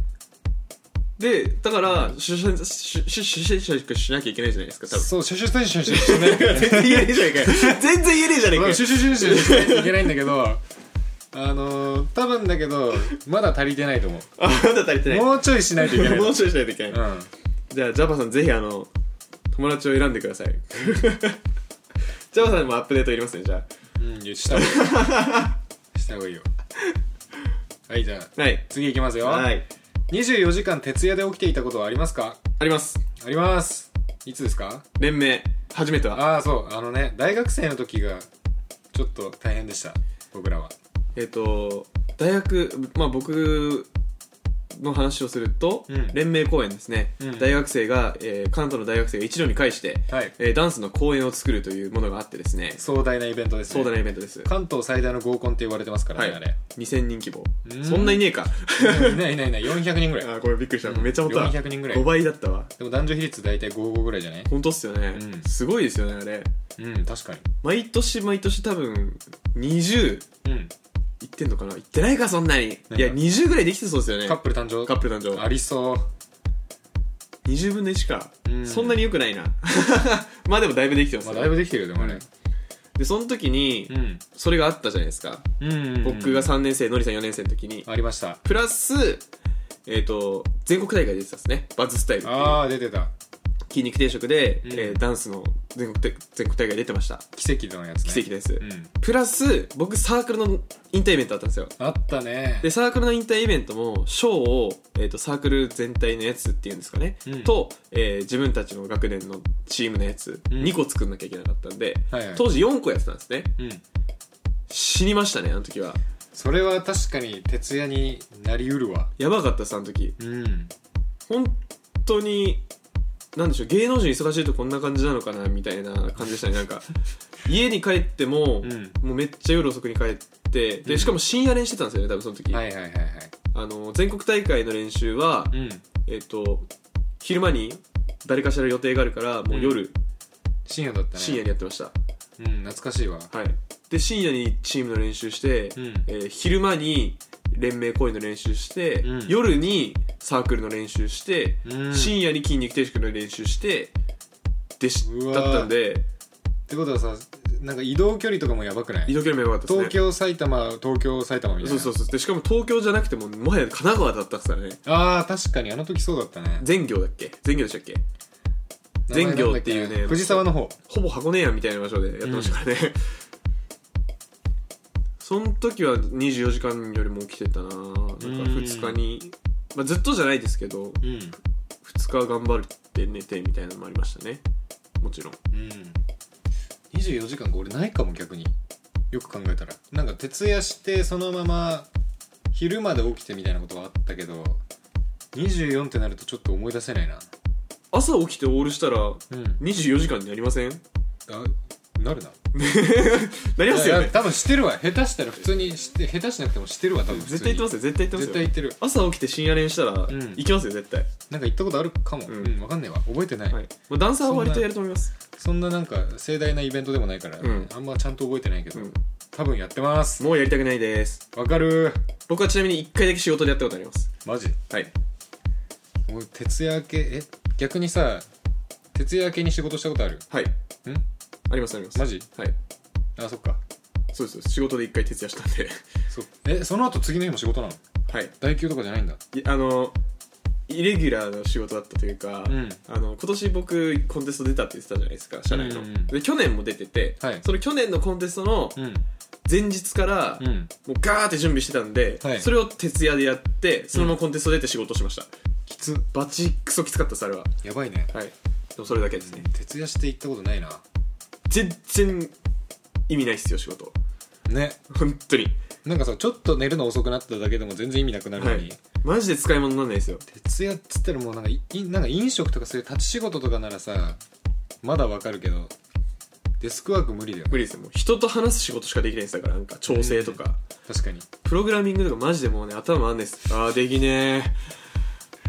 [SPEAKER 3] でだから出社ししししししなきゃいけないじゃないですか多
[SPEAKER 2] <laughs>
[SPEAKER 3] 分
[SPEAKER 2] そうシュシュシュシュシュシュしない
[SPEAKER 3] 全然言えねえじゃねえかよ全然言えねえじゃねえか
[SPEAKER 2] <laughs> ま
[SPEAKER 3] よ
[SPEAKER 2] あシュシュシュシュしないといけないんだけどあのー、多分だけどまだ足りてないと思う
[SPEAKER 3] あまだ足りてないも
[SPEAKER 2] もうちょいしないとい
[SPEAKER 3] <laughs>
[SPEAKER 2] けないう
[SPEAKER 3] ちょいしないといけない、
[SPEAKER 2] うん
[SPEAKER 3] じゃあジャパさんぜひあの友達を選んでください <laughs> ジャパさんもアップデートいりますねじゃ
[SPEAKER 2] うんいやした方がいいした方がいいよはいじゃあ
[SPEAKER 3] あはい
[SPEAKER 2] 次いきますよ、
[SPEAKER 3] はい
[SPEAKER 2] 24時間徹夜で起きていたことはありますか
[SPEAKER 3] あります
[SPEAKER 2] ありますいつですか
[SPEAKER 3] 連名初めては
[SPEAKER 2] ああそうあのね大学生の時がちょっと大変でした僕らは
[SPEAKER 3] えっ、と大学まあ僕の話をすると、
[SPEAKER 2] うん
[SPEAKER 3] 連名公演ですね、
[SPEAKER 2] うん
[SPEAKER 3] 大学生が、えー関東の大学生が一度に会して、
[SPEAKER 2] はい
[SPEAKER 3] えーダンスの公演を作るというものがあってですね
[SPEAKER 2] 壮大なイベントです、ね、
[SPEAKER 3] 壮大なイベントです
[SPEAKER 2] 関東最大の合コンって言われてますから
[SPEAKER 3] は
[SPEAKER 2] ね、
[SPEAKER 3] い
[SPEAKER 2] あれ
[SPEAKER 3] 2000人規模
[SPEAKER 2] うん
[SPEAKER 3] そんないねえか
[SPEAKER 2] いないいないいない400人ぐらい
[SPEAKER 3] <laughs> あこれびっくりした、
[SPEAKER 2] うん
[SPEAKER 3] めっちゃ本当だ
[SPEAKER 2] 400人ぐらい
[SPEAKER 3] 5倍だったわ
[SPEAKER 2] でも男女比率大体55ぐらいじゃない
[SPEAKER 3] 本当っすよね、
[SPEAKER 2] うん
[SPEAKER 3] すごいですよねあれ
[SPEAKER 2] うん確かに
[SPEAKER 3] 毎年毎年多分20
[SPEAKER 2] うん
[SPEAKER 3] いってんのかないってないかそんなに、
[SPEAKER 2] うん
[SPEAKER 3] いや20ぐらいできてそうですよね
[SPEAKER 2] カップル誕生
[SPEAKER 3] カップル誕生
[SPEAKER 2] ありそう
[SPEAKER 3] 20分の1か、
[SPEAKER 2] うん
[SPEAKER 3] そんなに良くないな <laughs> まあでもだいぶできてます
[SPEAKER 2] ま
[SPEAKER 3] よ
[SPEAKER 2] あだいぶできてるよでもあれ
[SPEAKER 3] でその時に
[SPEAKER 2] うん
[SPEAKER 3] それがあったじゃないですか、
[SPEAKER 2] うん
[SPEAKER 3] 僕が3年生のりさん4年生の時に
[SPEAKER 2] ありました
[SPEAKER 3] プラスえっ、と全国大会出てたんですねバズスタイルっていう
[SPEAKER 2] ああ出てた
[SPEAKER 3] 筋肉定食で、
[SPEAKER 2] うん
[SPEAKER 3] えーダンスの全国て全国大会出てました
[SPEAKER 2] 奇跡のやつね
[SPEAKER 3] 奇跡です、
[SPEAKER 2] うん
[SPEAKER 3] プラス僕サークルの引退イベントあったんですよ
[SPEAKER 2] あったね
[SPEAKER 3] でサークルの引退イベントも賞を、えー、とサークル全体のやつっていうんですかね、
[SPEAKER 2] うん
[SPEAKER 3] と、えー自分たちの学年のチームのやつ、
[SPEAKER 2] うん
[SPEAKER 3] 2個作んなきゃいけなかったんで、
[SPEAKER 2] はいはい
[SPEAKER 3] 当時4個やってたんですね
[SPEAKER 2] うん
[SPEAKER 3] 死にましたねあの時は
[SPEAKER 2] それは確かに徹夜になりうるわ
[SPEAKER 3] やばかったですあの時
[SPEAKER 2] うん
[SPEAKER 3] 本当になんでしょう芸能人忙しいとこんな感じなのかなみたいな感じでしたねな
[SPEAKER 2] <laughs>
[SPEAKER 3] んか家に帰っても、
[SPEAKER 2] うん
[SPEAKER 3] もうめっちゃ夜遅くに帰って
[SPEAKER 2] う
[SPEAKER 3] で
[SPEAKER 2] ん
[SPEAKER 3] しかも深夜練してたんですよね多分その時、
[SPEAKER 2] はいはいはいはい
[SPEAKER 3] あの全国大会の練習は、
[SPEAKER 2] うん
[SPEAKER 3] えっ、と昼間に誰かしら予定があるからもう夜、
[SPEAKER 2] 深夜だったね
[SPEAKER 3] 深夜にやってました、
[SPEAKER 2] うん懐かしいわ
[SPEAKER 3] はいで深夜にチームの練習して、
[SPEAKER 2] うん
[SPEAKER 3] えー昼間に連盟公演の練習して、
[SPEAKER 2] うん
[SPEAKER 3] 夜にサークルの練習して、
[SPEAKER 2] うん
[SPEAKER 3] 深夜に筋肉定食の練習してでし
[SPEAKER 2] うわ
[SPEAKER 3] だ
[SPEAKER 2] ー
[SPEAKER 3] ったんで
[SPEAKER 2] ってことはさなんか移動距離とかもやばくない
[SPEAKER 3] 移動距離もやばかったですね
[SPEAKER 2] 東京埼玉東京埼玉みたい
[SPEAKER 3] そう
[SPEAKER 2] な
[SPEAKER 3] そうそうでしかも東京じゃなくてももはや神奈川だったからね
[SPEAKER 2] ああ確かにあの時そうだったね
[SPEAKER 3] 全業だっけ全業でしたっけ全業っていう
[SPEAKER 2] 名前なんだっけ
[SPEAKER 3] ね
[SPEAKER 2] な藤沢の方
[SPEAKER 3] ほぼ箱根やんみたいな場所でやってましたからね、 <laughs> その時は24時間よりも起きてたななんか2日に、まあ、ずっとじゃないですけど
[SPEAKER 2] うん
[SPEAKER 3] 2日頑張って寝てみたいなのもありましたねもちろん
[SPEAKER 2] うん24時間が俺ないかも逆によく考えたらなんか徹夜してそのまま昼まで起きてみたいなことはあったけど24ってなるとちょっと思い出せないな
[SPEAKER 3] 朝起きてオールしたら
[SPEAKER 2] うん
[SPEAKER 3] 24時間になりません
[SPEAKER 2] あなるな
[SPEAKER 3] なりますよ
[SPEAKER 2] いや
[SPEAKER 3] ね
[SPEAKER 2] 多分してるわ下手したら普通にして下手しなくてもしてるわ多分
[SPEAKER 3] 絶対行ってます
[SPEAKER 2] よ
[SPEAKER 3] よ絶対行っ
[SPEAKER 2] 絶
[SPEAKER 3] てます
[SPEAKER 2] 対
[SPEAKER 3] よ
[SPEAKER 2] 行ってる
[SPEAKER 3] 朝起きて深夜練したら
[SPEAKER 2] ん
[SPEAKER 3] 行きますよ絶対
[SPEAKER 2] なんか行ったことあるかも、う
[SPEAKER 3] うん
[SPEAKER 2] んわかんないわ覚えてない、
[SPEAKER 3] はいまあダンサーは割とやると思います
[SPEAKER 2] そんななんか盛大なイベントでもないから、
[SPEAKER 3] うん
[SPEAKER 2] あんまちゃんと覚えてないけど、
[SPEAKER 3] うん
[SPEAKER 2] 多分やってます
[SPEAKER 3] もうやりたくないです
[SPEAKER 2] わかる
[SPEAKER 3] 僕はちなみに一回だけ仕事でやったことあります
[SPEAKER 2] マジ
[SPEAKER 3] はい
[SPEAKER 2] 俺徹夜明けえ逆にさ徹夜明けに仕事したことある
[SPEAKER 3] はい
[SPEAKER 2] ん
[SPEAKER 3] ありますあります
[SPEAKER 2] マジ
[SPEAKER 3] はい
[SPEAKER 2] あそっか
[SPEAKER 3] そうです仕事で一回徹夜したんで <laughs>
[SPEAKER 2] そうえその後次の日も仕事なの
[SPEAKER 3] はい
[SPEAKER 2] 代休とかじゃないんだ
[SPEAKER 3] いあのイレギュラーの仕事だったというか、
[SPEAKER 2] うん
[SPEAKER 3] あの今年僕コンテスト出たって言ってたじゃないですか社内の、
[SPEAKER 2] うんうん
[SPEAKER 3] で去年も出てて、
[SPEAKER 2] はい
[SPEAKER 3] その去年のコンテストの
[SPEAKER 2] うん
[SPEAKER 3] 前日から、
[SPEAKER 2] う
[SPEAKER 3] も
[SPEAKER 2] ん
[SPEAKER 3] うガーって準備してたんで、
[SPEAKER 2] はい
[SPEAKER 3] それを徹夜でやってそのままコンテスト出て仕事しました、
[SPEAKER 2] きつ
[SPEAKER 3] バチクソきつかったですあれは
[SPEAKER 2] やばいね
[SPEAKER 3] はいでもそれだけですね、
[SPEAKER 2] 徹夜して行ったことないな
[SPEAKER 3] 全然意味ないっすよ仕事
[SPEAKER 2] ね
[SPEAKER 3] 本当に
[SPEAKER 2] なんかさちょっと寝るの遅くなっただけでも全然意味なくなる
[SPEAKER 3] は
[SPEAKER 2] のに、
[SPEAKER 3] いマジで使い物になんないですよ
[SPEAKER 2] 徹夜っつったらもうなんかいいなんか飲食とかそういう立ち仕事とかならさまだわかるけどデスクワーク無理だよ
[SPEAKER 3] 無理ですよもう人と話す仕事しかできないですだからなんか調整とか、
[SPEAKER 2] 確かに
[SPEAKER 3] プログラミングとかマジでもうね頭回んないですあーできねえ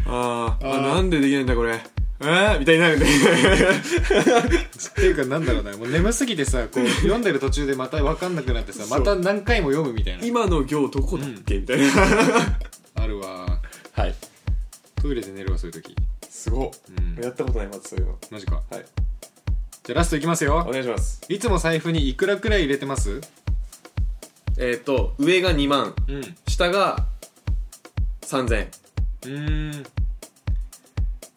[SPEAKER 3] あーあ
[SPEAKER 2] あー
[SPEAKER 3] なんでできないんだこれえー、みたいになるんで
[SPEAKER 2] <laughs> っていうかなんだろうなもう眠すぎてさ
[SPEAKER 3] <laughs>
[SPEAKER 2] こう読んでる途中でまたわかんなくなってさまた何回も読むみたいな
[SPEAKER 3] 今の行どこだっけみたいな
[SPEAKER 2] あるわ
[SPEAKER 3] はい
[SPEAKER 2] トイレで寝るわそういう時
[SPEAKER 3] すごっ、
[SPEAKER 2] うん
[SPEAKER 3] やったことないまずそういうの
[SPEAKER 2] マジか
[SPEAKER 3] はい
[SPEAKER 2] じゃあラストいきます
[SPEAKER 3] お
[SPEAKER 2] よ
[SPEAKER 3] 願いします
[SPEAKER 2] いつも財布にいくらくらい入れてます
[SPEAKER 3] えっ、ー、と上が2万
[SPEAKER 2] うんう
[SPEAKER 3] 下が3000円
[SPEAKER 2] ーん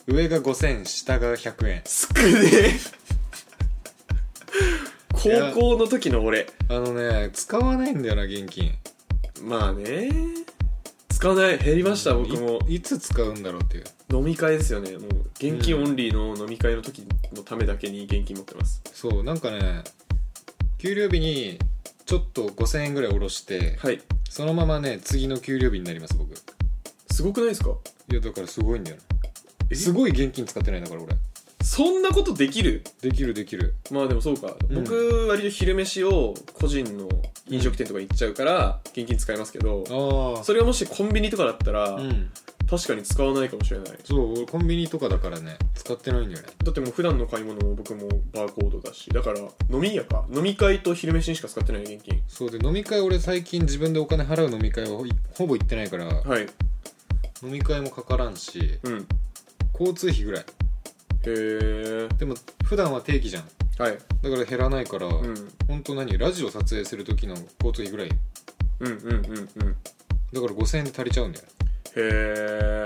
[SPEAKER 2] 上が5000下が100円
[SPEAKER 3] 少ねえ高校の時の俺
[SPEAKER 2] あのね使わないんだよな現金
[SPEAKER 3] まあね使わない減りました僕も
[SPEAKER 2] いいつ使うんだろうっていう
[SPEAKER 3] 飲み会ですよねもう現金オンリーの飲み会の時のためだけに現金持ってます
[SPEAKER 2] そうなんかね給料日にちょっと5000円ぐらい下ろして、
[SPEAKER 3] はい
[SPEAKER 2] そのままね次の給料日になります僕い
[SPEAKER 3] すごくないですか
[SPEAKER 2] やだからすごいんだよなすごい現金使ってないんだから俺
[SPEAKER 3] そんなことできる
[SPEAKER 2] できるできる
[SPEAKER 3] まあでもそうか、
[SPEAKER 2] うん
[SPEAKER 3] 僕割と昼飯を個人の飲食店とか行っちゃうから現金使いますけど
[SPEAKER 2] ああ
[SPEAKER 3] それがもしコンビニとかだったら、
[SPEAKER 2] うん
[SPEAKER 3] 確かに使わないかもしれない
[SPEAKER 2] そう俺コンビニとかだからね使ってないんだよね
[SPEAKER 3] だってもう普段の買い物も僕もバーコードだしだから飲み屋か飲み会と昼飯にしか使ってない現金
[SPEAKER 2] そうで飲み会俺最近自分でお金払う飲み会はほいほぼ行ってないから、
[SPEAKER 3] はい
[SPEAKER 2] 飲み会もかからんし
[SPEAKER 3] うんへ
[SPEAKER 2] 交通費ぐらい
[SPEAKER 3] え
[SPEAKER 2] でも普段は定期じゃん
[SPEAKER 3] はい
[SPEAKER 2] だから減らないから、
[SPEAKER 3] うん
[SPEAKER 2] 本当何ラジオ撮影する時の交通費ぐらい
[SPEAKER 3] うんうんうんうんへ
[SPEAKER 2] だから5000円で足りちゃうんだよ
[SPEAKER 3] え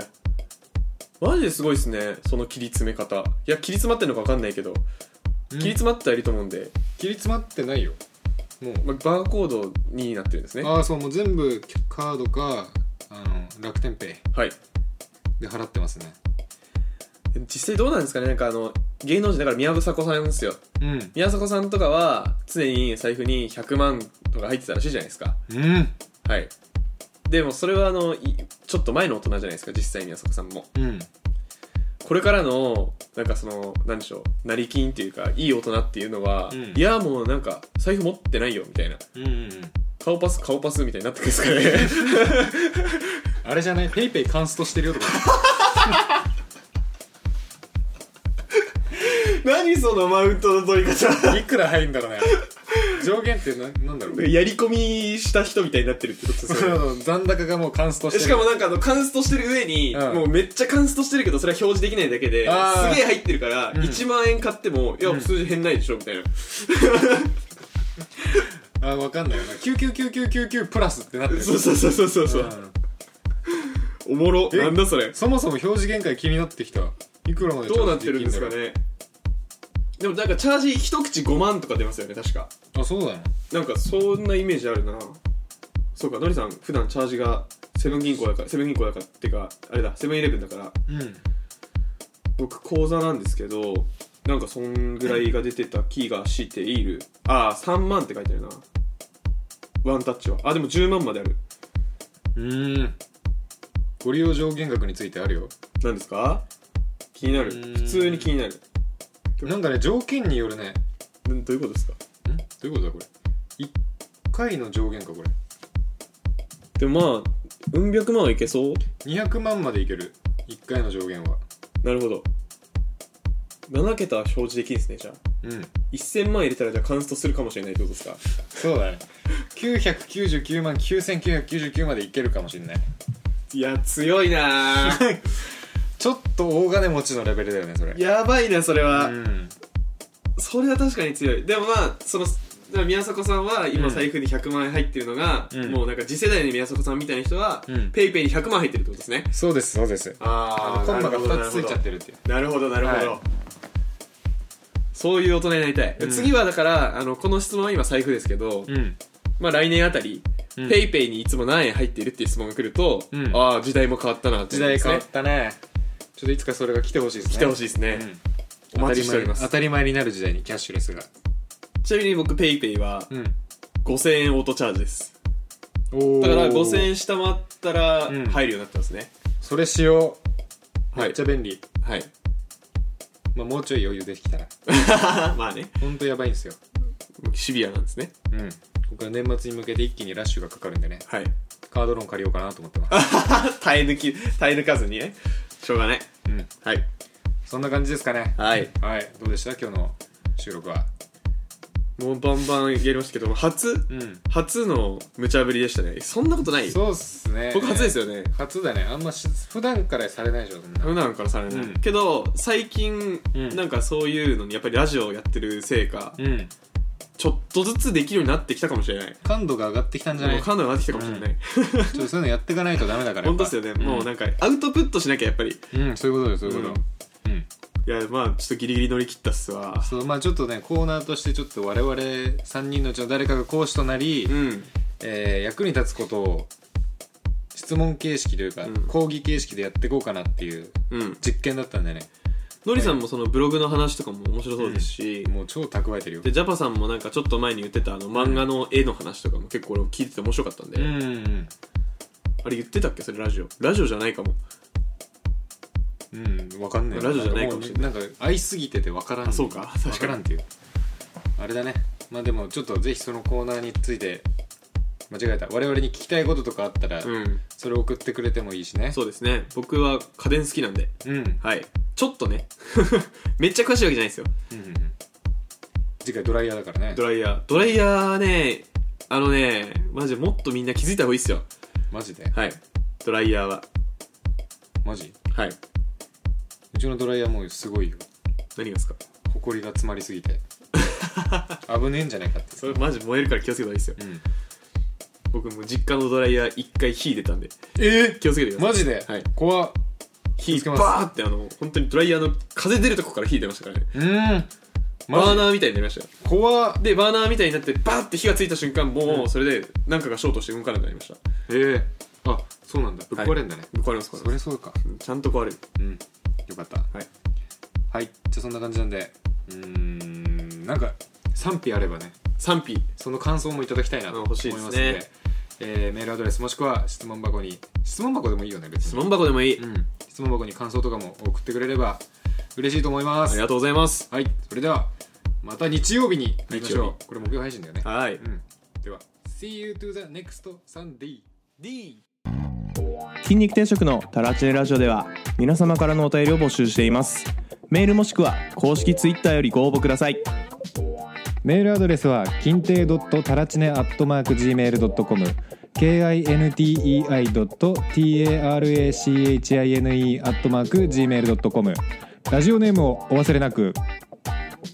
[SPEAKER 3] マジですごいですねその切り詰め方いや切り詰まってるのか分かんないけど
[SPEAKER 2] 切
[SPEAKER 3] 切り
[SPEAKER 2] り
[SPEAKER 3] 詰まってはいると思うんで、
[SPEAKER 2] 切り詰まってないよもう
[SPEAKER 3] まあ、バーコードになってるんですねは
[SPEAKER 2] ああそうもう全部カードかあの楽天ペイ
[SPEAKER 3] い
[SPEAKER 2] で払ってますね
[SPEAKER 3] 実際どうなんですかねなんかあの芸能人だから宮迫さんですよ
[SPEAKER 2] うん
[SPEAKER 3] 宮迫さんとかは常に財布に100万とか入ってたらしいじゃないですか
[SPEAKER 2] うん
[SPEAKER 3] はいでもそれはあのいちょっと前の大人じゃないですか実際宮迫さんも
[SPEAKER 2] うん
[SPEAKER 3] これからのなんかその何でしょう成金っていうかいい大人っていうのは、
[SPEAKER 2] うん
[SPEAKER 3] いやもうなんか財布持ってないよみたいな
[SPEAKER 2] うんうん
[SPEAKER 3] 顔パス顔パスみたいになってくるんですかね
[SPEAKER 2] あれじゃないペイペイカンストしてるよとか
[SPEAKER 3] <laughs>
[SPEAKER 2] <laughs>
[SPEAKER 3] 何そのマウントの取り方
[SPEAKER 2] いくら入るんだろうね上限ってななんだろうね
[SPEAKER 3] やり込みした人みたいになってるってことですよね
[SPEAKER 2] 残高がもうカンストしてる
[SPEAKER 3] しかもなんかあのカンストしてる上に、
[SPEAKER 2] うん
[SPEAKER 3] もうめっちゃカンストしてるけどそれは表示できないだけで
[SPEAKER 2] あー
[SPEAKER 3] すげえ入ってるから、
[SPEAKER 2] ん
[SPEAKER 3] 1万円買ってもいや数字変ないでしょみたいな、
[SPEAKER 2] ああ分かんないよな99999プラスってなってる
[SPEAKER 3] そうそうそうそうそうそう、
[SPEAKER 2] うん
[SPEAKER 3] おもろ
[SPEAKER 2] え
[SPEAKER 3] なんだそれ
[SPEAKER 2] そもそも表示限界気になってきたいくらまで
[SPEAKER 3] どうなってるんです
[SPEAKER 2] チャー
[SPEAKER 3] か
[SPEAKER 2] ジき
[SPEAKER 3] ねでもなんかチャージ一口5万とか出ますよね確か
[SPEAKER 2] んだろうあそうだな
[SPEAKER 3] なんかそんなイメージあるなそうかのりさん普段チャージがセブン銀行だからセブン銀行だからってかあれだセブンイレブンだから
[SPEAKER 2] うん
[SPEAKER 3] 僕口座なんですけどなんかそんぐらいが出てた気がしているああ3万って書いてあるなワンタッチはあでも10万まである
[SPEAKER 2] うーんご利用上限額についてあるよ
[SPEAKER 3] 何ですか気になる
[SPEAKER 2] うーん
[SPEAKER 3] 普通に気になる
[SPEAKER 2] なんかね条件によるね
[SPEAKER 3] んどういうことですか
[SPEAKER 2] んどういうことだこれ1回の上限かこれ
[SPEAKER 3] でもまあうん百万はいけそう
[SPEAKER 2] 200万までいける1回の上限は
[SPEAKER 3] なるほど7桁は表示できんですねじゃあ
[SPEAKER 2] うん
[SPEAKER 3] 1000万入れたらじゃあカンストするかもしれないってことですか
[SPEAKER 2] そうだね999万9999までいけるかもしれない
[SPEAKER 3] いや強いなー
[SPEAKER 2] ちょっと大金持ちのレベルだよねそれ
[SPEAKER 3] <laughs> やばいなそれは、
[SPEAKER 2] うん
[SPEAKER 3] それは確かに強いでもまあそのだから宮迫さんは今財布に100万円入ってるのが、
[SPEAKER 2] うん
[SPEAKER 3] もうなんか次世代の宮迫さんみたいな人は、
[SPEAKER 2] うん
[SPEAKER 3] ペイペイに100万入ってるってことですね
[SPEAKER 2] そうですそうです
[SPEAKER 3] あ
[SPEAKER 2] コンマが2つついちゃってるっていう
[SPEAKER 3] なるほどなるほど、
[SPEAKER 2] はい
[SPEAKER 3] そういう大人になりたい、
[SPEAKER 2] ん
[SPEAKER 3] 次はだからあのこの質問は今財布ですけど、
[SPEAKER 2] うん
[SPEAKER 3] まあ来年あたり、
[SPEAKER 2] うん
[SPEAKER 3] ペイペイにいつも何円入っているっていう質問が来ると、
[SPEAKER 2] うん
[SPEAKER 3] ああ時代も変わったなって
[SPEAKER 2] 時
[SPEAKER 3] 思う
[SPEAKER 2] 代
[SPEAKER 3] んです
[SPEAKER 2] 変
[SPEAKER 3] ね
[SPEAKER 2] わったねちょっといつかそれが来てほしいですね
[SPEAKER 3] 来てほしい
[SPEAKER 2] い
[SPEAKER 3] ですね、お待ちしております
[SPEAKER 2] 当たり前になる時代にキャッシュレスが
[SPEAKER 3] ちなみに僕ペイペイは
[SPEAKER 2] うん
[SPEAKER 3] 5000円オートチャージです
[SPEAKER 2] お
[SPEAKER 3] だから5000円下回ったら
[SPEAKER 2] うん
[SPEAKER 3] 入るようになったんですね、
[SPEAKER 2] それしよう
[SPEAKER 3] はい
[SPEAKER 2] めっちゃ便利、
[SPEAKER 3] はい <laughs>
[SPEAKER 2] まあ、もうちょい余裕できたら
[SPEAKER 3] まあね
[SPEAKER 2] ほんとやばいんですよ
[SPEAKER 3] シビアなんですね
[SPEAKER 2] うん僕は年末に向けて一気にラッシュがかかるんでね
[SPEAKER 3] はい <laughs>
[SPEAKER 2] カードローン借りようかなと思ってます
[SPEAKER 3] 耐え抜き耐え抜かずにねしょうがない
[SPEAKER 2] うん
[SPEAKER 3] はい
[SPEAKER 2] そんな感じですかね
[SPEAKER 3] はい
[SPEAKER 2] はいどうでした今日の収録は
[SPEAKER 3] もうバンバンやりましたけど初
[SPEAKER 2] うん
[SPEAKER 3] 初の無茶ぶりでしたねそんなことないよ
[SPEAKER 2] そうっすね
[SPEAKER 3] 僕初です
[SPEAKER 2] よ
[SPEAKER 3] よね
[SPEAKER 2] 初だねあんまし普段からされないでしょそんな
[SPEAKER 3] 普段からされない、
[SPEAKER 2] うん
[SPEAKER 3] けど最近、
[SPEAKER 2] うん
[SPEAKER 3] なんかそういうのにやっぱりラジオをやってるせいか、
[SPEAKER 2] うん
[SPEAKER 3] ちょっとずつできるようになってきたかもしれない
[SPEAKER 2] 感度が上がってきたんじゃな
[SPEAKER 3] も
[SPEAKER 2] いう <laughs> ちょ
[SPEAKER 3] 感度が上がってきたかもしれない、
[SPEAKER 2] っとそういうのやっていかないとダメだから
[SPEAKER 3] 本当ですよね、もう
[SPEAKER 2] ね
[SPEAKER 3] なんかアウトプットしなきゃやっぱり
[SPEAKER 2] うんそういうことよそういうことうん、
[SPEAKER 3] いやまあちょっとギリギリ乗り切ったっすわ
[SPEAKER 2] そうまあちょっとねコーナーとしてちょっと我々3人のうちの誰かが講師となり、
[SPEAKER 3] うん
[SPEAKER 2] えー役に立つことを質問形式というか、
[SPEAKER 3] うん
[SPEAKER 2] 講義形式でやっていこうかなっていう
[SPEAKER 3] うん
[SPEAKER 2] 実験だったんだよね
[SPEAKER 3] のりさんもそのブログの話とかも面白そうですし、
[SPEAKER 2] もう超蓄えてるよ
[SPEAKER 3] でジャパさんもなんかちょっと前に言ってたあの漫画の絵の話とかも結構俺も聞いてて面白かったんで、
[SPEAKER 2] うんうん
[SPEAKER 3] あれ言ってたっけそれラジオラジオじゃないかも
[SPEAKER 2] うんわかんない
[SPEAKER 3] ラジオじゃないかもしれ
[SPEAKER 2] なんかもうなんか合いすぎててわからん
[SPEAKER 3] あそうか確かに
[SPEAKER 2] わからんっていうあれだねまあでもちょっとぜひそのコーナーについて間違えた我々に聞きたいこととかあったら、
[SPEAKER 3] うん
[SPEAKER 2] それ送ってくれてもいいしね
[SPEAKER 3] そうですね僕は家電好きなんで
[SPEAKER 2] うん、うん
[SPEAKER 3] はいちょっとね <laughs> めっちゃ詳しいわけじゃないですよ
[SPEAKER 2] うん次回ドライヤーだからね
[SPEAKER 3] ドライヤードライヤーねあのねマジでもっとみんな気づいた方がいいっすよ
[SPEAKER 2] マジで
[SPEAKER 3] はいドライヤーは
[SPEAKER 2] マジ
[SPEAKER 3] はいう
[SPEAKER 2] ちのドライヤーもうすごいよ
[SPEAKER 3] 何がですか
[SPEAKER 2] ほこりが詰まりすぎ <laughs> て危ねえんじゃないかって
[SPEAKER 3] それマジ燃えるから気をつけた方がいいっすよ
[SPEAKER 2] うん
[SPEAKER 3] 僕もう実家のドライヤー一回火出たんで
[SPEAKER 2] え
[SPEAKER 3] 気をつけてください
[SPEAKER 2] マジで、
[SPEAKER 3] はい
[SPEAKER 2] 怖っ気を
[SPEAKER 3] 火
[SPEAKER 2] つけます
[SPEAKER 3] バーってあの本当にドライヤーの風出るとこから火出ましたからね
[SPEAKER 2] うん
[SPEAKER 3] バー
[SPEAKER 2] マジ
[SPEAKER 3] ナーみたいになりましたよ
[SPEAKER 2] 怖っ
[SPEAKER 3] でバーナーみたいになってバーって火がついた瞬間もうそれで何かがショートして動かなくなりました
[SPEAKER 2] ええあそうなんだぶっ壊れんだね、
[SPEAKER 3] 壊れます壊れ
[SPEAKER 2] そ
[SPEAKER 3] ま
[SPEAKER 2] れ
[SPEAKER 3] す
[SPEAKER 2] そうか
[SPEAKER 3] うんちゃんと壊れる
[SPEAKER 2] うんよかった
[SPEAKER 3] はい
[SPEAKER 2] はいじゃあそんな感じなんでうーんなんか賛否あればね
[SPEAKER 3] 賛否
[SPEAKER 2] その感想もいただきたいなと
[SPEAKER 3] うん
[SPEAKER 2] 思いま
[SPEAKER 3] 欲
[SPEAKER 2] す
[SPEAKER 3] しい
[SPEAKER 2] の
[SPEAKER 3] で
[SPEAKER 2] で,、
[SPEAKER 3] すね
[SPEAKER 2] えーメールアドレスもしくは質問箱に質問箱でもいいよね別
[SPEAKER 3] 質
[SPEAKER 2] に、
[SPEAKER 3] 問箱でもいい、
[SPEAKER 2] うん、質問箱に感想とかも送ってくれれば嬉しいと思いま
[SPEAKER 3] あ
[SPEAKER 2] す
[SPEAKER 3] りがとうございます
[SPEAKER 2] はいそれではまた日曜日に会いまし
[SPEAKER 3] 日
[SPEAKER 2] ょ
[SPEAKER 3] 曜
[SPEAKER 2] うこれ木曜配信だよね
[SPEAKER 3] はい
[SPEAKER 2] うん、では See you to the next Sunday D
[SPEAKER 7] 筋肉定食のタラチネラジオでは皆様からのお便りを募集していますメールもしくは公式ツイッターよりご応募ください
[SPEAKER 2] メールアドレスは金亭ドットタラチネアットマーク gmail ドットコム k i n t e i ドット t a r a c h i n e アットマーク gmail ドットコムラジオネームをお忘れなく。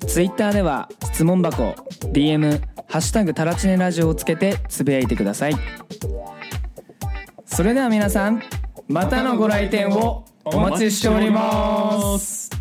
[SPEAKER 8] ツイッターでは質問箱 DM「ハッシュタグタラチネラジオ」をつけてつぶやいてくださいそれでは皆さんまたのご来店をお待ちしております